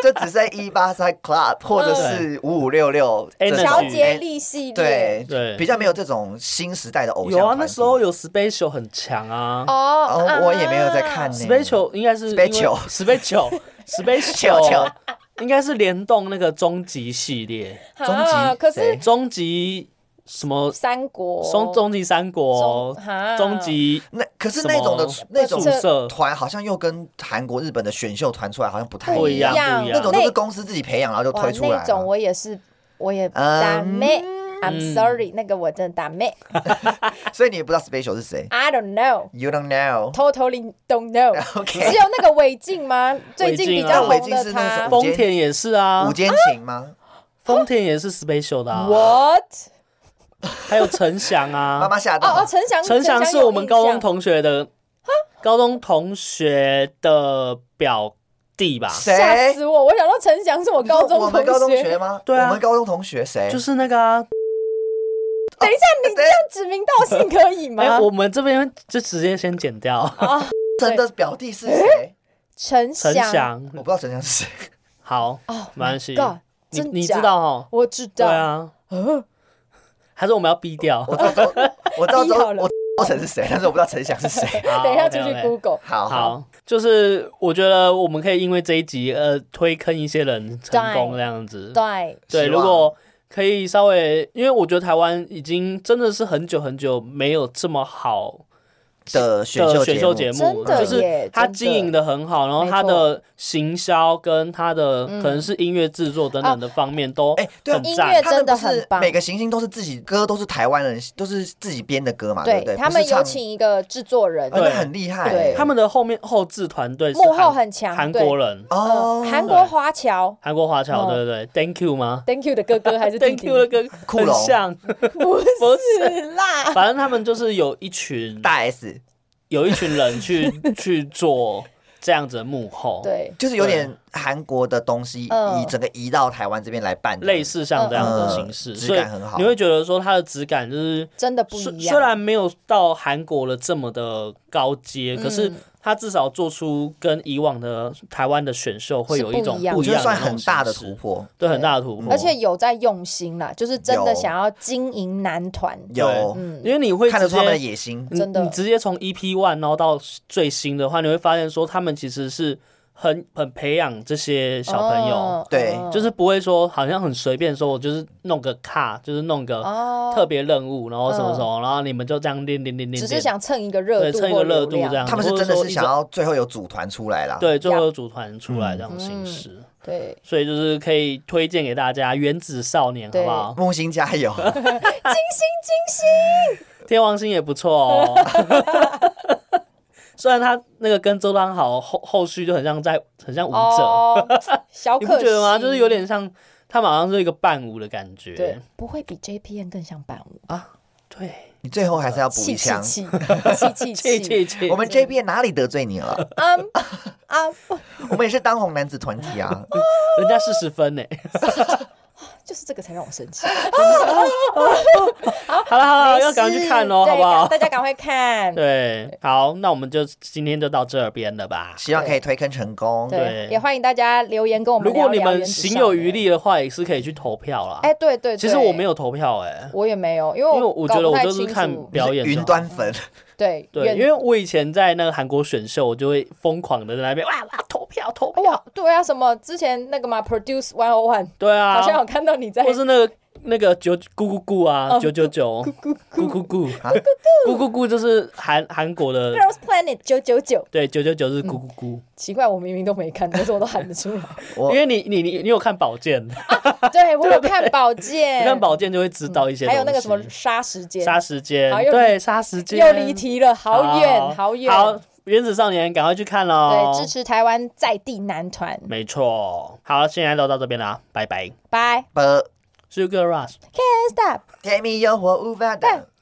Speaker 2: 就只剩一八三 club 或者是五五六六
Speaker 1: 嗯
Speaker 2: 这种哎
Speaker 3: 乔
Speaker 1: 小
Speaker 3: 杰利系列，
Speaker 2: 对
Speaker 1: 对
Speaker 2: 比较没有这种新时代的偶像
Speaker 1: 有啊，
Speaker 2: 团
Speaker 1: 那
Speaker 2: 体
Speaker 1: 时候有 Special 很强啊
Speaker 3: 哦，
Speaker 2: 哦，我也没有在看
Speaker 3: 啊
Speaker 2: 呢。
Speaker 1: Special 应该是
Speaker 2: Special
Speaker 1: Special Special 应该是联动那个终极系列，
Speaker 2: 终极
Speaker 3: 啊可是
Speaker 2: 谁
Speaker 1: 终极什么
Speaker 3: 三国
Speaker 1: 终终极三国
Speaker 3: 中啊，
Speaker 1: 终极
Speaker 2: 那可是
Speaker 1: 什
Speaker 2: 那种的
Speaker 1: 么
Speaker 2: 那种
Speaker 1: 宿舍
Speaker 2: 团好像又跟韩国、日本的选秀团出来好像不太
Speaker 1: 不一样不一样
Speaker 2: 哎那种都是公司自己培养然后就
Speaker 3: 啊哇
Speaker 2: 推出来
Speaker 3: 那种
Speaker 2: 了。
Speaker 3: 我也是，我也
Speaker 2: 嗯
Speaker 3: 打妹。I'm
Speaker 1: 嗯
Speaker 3: sorry，、那个我真的打妹。
Speaker 2: 所以你也不知道 Special 是谁
Speaker 3: I don't know，totally
Speaker 2: ，You don't know。
Speaker 3: don't know。只
Speaker 2: OK，
Speaker 3: 有那个韦 静吗？最近比较
Speaker 2: 韦
Speaker 3: 红
Speaker 2: 静啊韦静
Speaker 3: 的
Speaker 2: 是
Speaker 3: 他
Speaker 2: 那。种
Speaker 1: 丰田也是啊
Speaker 2: 五，间情吗？
Speaker 1: 丰田也是 Special 的啊，
Speaker 3: What？
Speaker 1: 还有陈翔
Speaker 2: 妈
Speaker 1: 啊，
Speaker 2: 妈吓
Speaker 3: 哦哦，
Speaker 2: 到。
Speaker 3: 陈翔，
Speaker 1: 陈翔
Speaker 3: 翔
Speaker 1: 是我们高中同学的高中同学的表弟吧？
Speaker 2: 谁
Speaker 3: 吓死我！我想到陈翔是我
Speaker 2: 你说
Speaker 3: 哦高中
Speaker 2: 我
Speaker 3: 同
Speaker 2: 们
Speaker 3: 学。
Speaker 2: 高中学吗？
Speaker 1: 对啊
Speaker 2: 我们高中同学谁？
Speaker 1: 就是那个啊，
Speaker 3: 等一下，你这样指名道姓可以
Speaker 1: 哎、
Speaker 3: 吗？
Speaker 1: 我们这边就直接先剪 掉。
Speaker 3: 啊，
Speaker 2: 陈的表弟是 谁？
Speaker 3: 陈
Speaker 1: 陈
Speaker 3: 翔
Speaker 1: 翔
Speaker 2: 我，不知道陈翔是谁。
Speaker 1: 好，
Speaker 3: 哦
Speaker 1: 没关系
Speaker 3: God，
Speaker 1: 你
Speaker 3: 真
Speaker 1: 你
Speaker 3: 假
Speaker 1: 知道哦？
Speaker 3: 我知
Speaker 1: 对
Speaker 3: 道。
Speaker 1: 啊，
Speaker 3: 呃
Speaker 1: 还是我们要逼掉？
Speaker 2: 我 到时候我到时
Speaker 3: 逼
Speaker 2: 候
Speaker 3: 好了
Speaker 2: 我我陈是谁，但是我不知道陈翔是谁。
Speaker 1: 好
Speaker 3: 等一下出
Speaker 1: OK，
Speaker 3: 去
Speaker 1: OK
Speaker 3: Google。
Speaker 2: 好
Speaker 1: 好，就是我觉得我们可以因为这一集呃推坑一些人成功这样子。
Speaker 3: 对，
Speaker 1: 对，
Speaker 2: 希
Speaker 1: 如
Speaker 2: 望
Speaker 1: 果可以稍微，因为我觉得台湾已经真的是很久很久没有这么好
Speaker 2: 的选
Speaker 1: 的
Speaker 2: 秀
Speaker 1: 选秀节
Speaker 2: 目，
Speaker 1: 目
Speaker 3: 真
Speaker 1: 了，
Speaker 3: 的
Speaker 1: 就是
Speaker 3: 耶，
Speaker 1: 它
Speaker 3: 真
Speaker 1: 经营的很好，然后
Speaker 3: 没
Speaker 1: 它
Speaker 3: 错
Speaker 1: 的行销跟它的
Speaker 3: 嗯啊
Speaker 1: 可能是音乐制作等等的方面都
Speaker 2: 哎，对啊
Speaker 1: 很，
Speaker 3: 音
Speaker 1: 赞
Speaker 3: 乐
Speaker 2: 他们
Speaker 3: 真的
Speaker 2: 不
Speaker 3: 很
Speaker 2: 是
Speaker 3: 棒。
Speaker 2: 每个行星都是自己歌，都是台湾人，都是自己编的歌嘛，对不
Speaker 3: 对
Speaker 2: 啊对？
Speaker 3: 他们
Speaker 2: 不是唱
Speaker 3: 有请一个制作人，
Speaker 2: 呃
Speaker 1: 对
Speaker 2: 那很厉害
Speaker 3: 对
Speaker 2: 欸。
Speaker 1: 他们的后面后置团队是
Speaker 3: 幕后
Speaker 1: 韩
Speaker 3: 很强，
Speaker 1: 韩
Speaker 3: 对
Speaker 1: 国人，
Speaker 2: 哦
Speaker 3: 呃，韩国华侨
Speaker 1: 韩国华侨，
Speaker 3: 嗯
Speaker 1: 对对对，Thank you 吗
Speaker 3: ，Thank you 的哥哥 还是弟
Speaker 1: ？Thank
Speaker 3: 弟
Speaker 1: you 的歌
Speaker 2: 酷龙
Speaker 1: 很像，
Speaker 3: 不是啦，
Speaker 1: 反正他们就是有一群
Speaker 2: 大 S
Speaker 1: 有一群人去去做这样子的幕后，，
Speaker 3: 对，
Speaker 2: 就是有点韩国的东西
Speaker 3: 嗯
Speaker 2: 移整个移到台湾这边来办的，
Speaker 1: 类似像这样的形式，
Speaker 2: 嗯质
Speaker 1: 所以
Speaker 2: 感很好
Speaker 1: 你。会觉得说它的质感就是
Speaker 3: 真的不
Speaker 1: 虽
Speaker 3: 一
Speaker 1: 虽
Speaker 3: 样。
Speaker 1: 然没有到韩国的这么的高阶，可是
Speaker 3: 嗯
Speaker 1: 它至少做出跟以往的台湾的选秀会有一种
Speaker 3: 是不一样
Speaker 1: 不
Speaker 2: 我
Speaker 1: 一
Speaker 2: 觉得
Speaker 1: 样的
Speaker 2: 算
Speaker 1: 那种
Speaker 2: 很大的
Speaker 1: 形式
Speaker 2: 突，破，
Speaker 1: 对，很大的突破，
Speaker 2: 嗯
Speaker 3: 而且有在用心啦，就是真的
Speaker 2: 有
Speaker 3: 想要经营男团，
Speaker 2: 有
Speaker 3: 嗯
Speaker 1: 因为你会
Speaker 2: 看得
Speaker 1: 直
Speaker 2: 出他们的
Speaker 1: 接。
Speaker 2: 野心。
Speaker 1: 你
Speaker 3: 真的
Speaker 1: 你直接从 EP one 然后到最新的话，你会发现说他们其实是很很培养这些小朋友，
Speaker 3: 哦
Speaker 2: 对
Speaker 3: 哦
Speaker 1: 就是不会说好像很随便说，我就是弄个卡，就是弄个
Speaker 3: 哦嗯
Speaker 1: 特别任务，然后什么什么，然后你们就这样练练练练，
Speaker 3: 只是
Speaker 1: 练
Speaker 3: 想蹭一个热
Speaker 1: 对
Speaker 3: 度
Speaker 1: 蹭一
Speaker 3: 或
Speaker 1: 个热
Speaker 3: 流
Speaker 1: 度这
Speaker 3: 量，
Speaker 1: 样，
Speaker 2: 他们是真的
Speaker 1: 或者
Speaker 2: 是
Speaker 1: 说一
Speaker 2: 想
Speaker 1: 种
Speaker 2: 要最后有组团出来啦。，
Speaker 1: 对最后
Speaker 3: 呀
Speaker 1: 有组团出来这
Speaker 3: 嗯
Speaker 1: 种形式，
Speaker 3: 对，
Speaker 1: 所以就是可以推荐给大家《原子少年》好
Speaker 3: 对
Speaker 1: 不好？
Speaker 2: 木星加 油！
Speaker 1: 天王星也不错 哦。 虽然他那个跟周汤豪后后续就很像在很像舞者，
Speaker 3: 哦，小
Speaker 1: 你不
Speaker 3: 可
Speaker 1: 觉得吗？
Speaker 3: 惜
Speaker 1: 就是有点像他们好像是一个伴舞的感觉。
Speaker 3: 对，不会比 JPN 更像伴舞，
Speaker 1: 对，
Speaker 2: 你最后还是要补
Speaker 3: 气
Speaker 2: 一
Speaker 3: 气
Speaker 2: 枪。
Speaker 3: 气气
Speaker 1: 切
Speaker 3: 气气，
Speaker 1: 切切，
Speaker 2: 我们 JB 哪里得罪你了？
Speaker 3: 嗯啊，
Speaker 2: 我们也是当红男子团 体啊，
Speaker 1: 人家四十分呢。
Speaker 3: 就是这个才让我生气。
Speaker 1: 好了好了，
Speaker 3: 没
Speaker 1: 要赶快
Speaker 3: 事
Speaker 1: 去看哦，
Speaker 3: 对
Speaker 1: 好不好
Speaker 3: 赶？大家赶快看。
Speaker 1: 对，好，那我们就今天就到这边了吧。
Speaker 2: 希望可以推坑成功。
Speaker 1: 对
Speaker 3: 也欢迎大家留言跟我们
Speaker 1: 如
Speaker 3: 聊
Speaker 1: 果
Speaker 3: 聊
Speaker 1: 你们
Speaker 3: 原子
Speaker 1: 行
Speaker 3: 少
Speaker 1: 有
Speaker 3: 年
Speaker 1: 余，力的话，也是可以去投票啦。
Speaker 3: 哎，对对，
Speaker 1: 其实我没
Speaker 3: 有，
Speaker 1: 有投票哎，
Speaker 3: 我也没有，因为
Speaker 1: 因为我
Speaker 3: 搞
Speaker 1: 觉得
Speaker 3: 不
Speaker 1: 我
Speaker 3: 太
Speaker 1: 就是
Speaker 3: 清
Speaker 1: 看
Speaker 3: 楚
Speaker 1: 表演就好
Speaker 2: 云端粉，
Speaker 3: 对
Speaker 1: 对，因为我以前在那个韩国选秀，我就会疯狂的在那边哇哇投票投票，
Speaker 3: 哇，对啊，什么之前那个嘛，Produce One O One，
Speaker 1: 对啊，
Speaker 3: 好像有看到你在哦
Speaker 1: 或是那个那个九咕咕咕啊，九九九咕咕咕咕
Speaker 2: 啊
Speaker 1: 咕咕咕，就是韩韩国的
Speaker 3: Girls Planet 九九九，
Speaker 1: 对九九九是咕咕咕，
Speaker 3: 奇怪，我明明都没看，但是我都喊得出来。
Speaker 2: 我
Speaker 1: 因为你你你你有看宝剑，你
Speaker 3: 对我有看宝剑，
Speaker 1: 看宝剑就会知道一些东
Speaker 3: 哎嗯
Speaker 1: 西，
Speaker 3: 还有那个什么杀时间，
Speaker 1: 杀时间
Speaker 3: 好，又
Speaker 1: 对杀时间
Speaker 3: 又离，题了，好远好远。
Speaker 1: 好，原子少年赶快去看喽，
Speaker 3: 对，支持台湾在地男团，
Speaker 1: 没错，好，现在就到这边啦，拜拜
Speaker 3: 拜
Speaker 2: 不
Speaker 1: ，Sugar Rush。
Speaker 3: ，Stop。
Speaker 2: 甜蜜诱惑无法挡。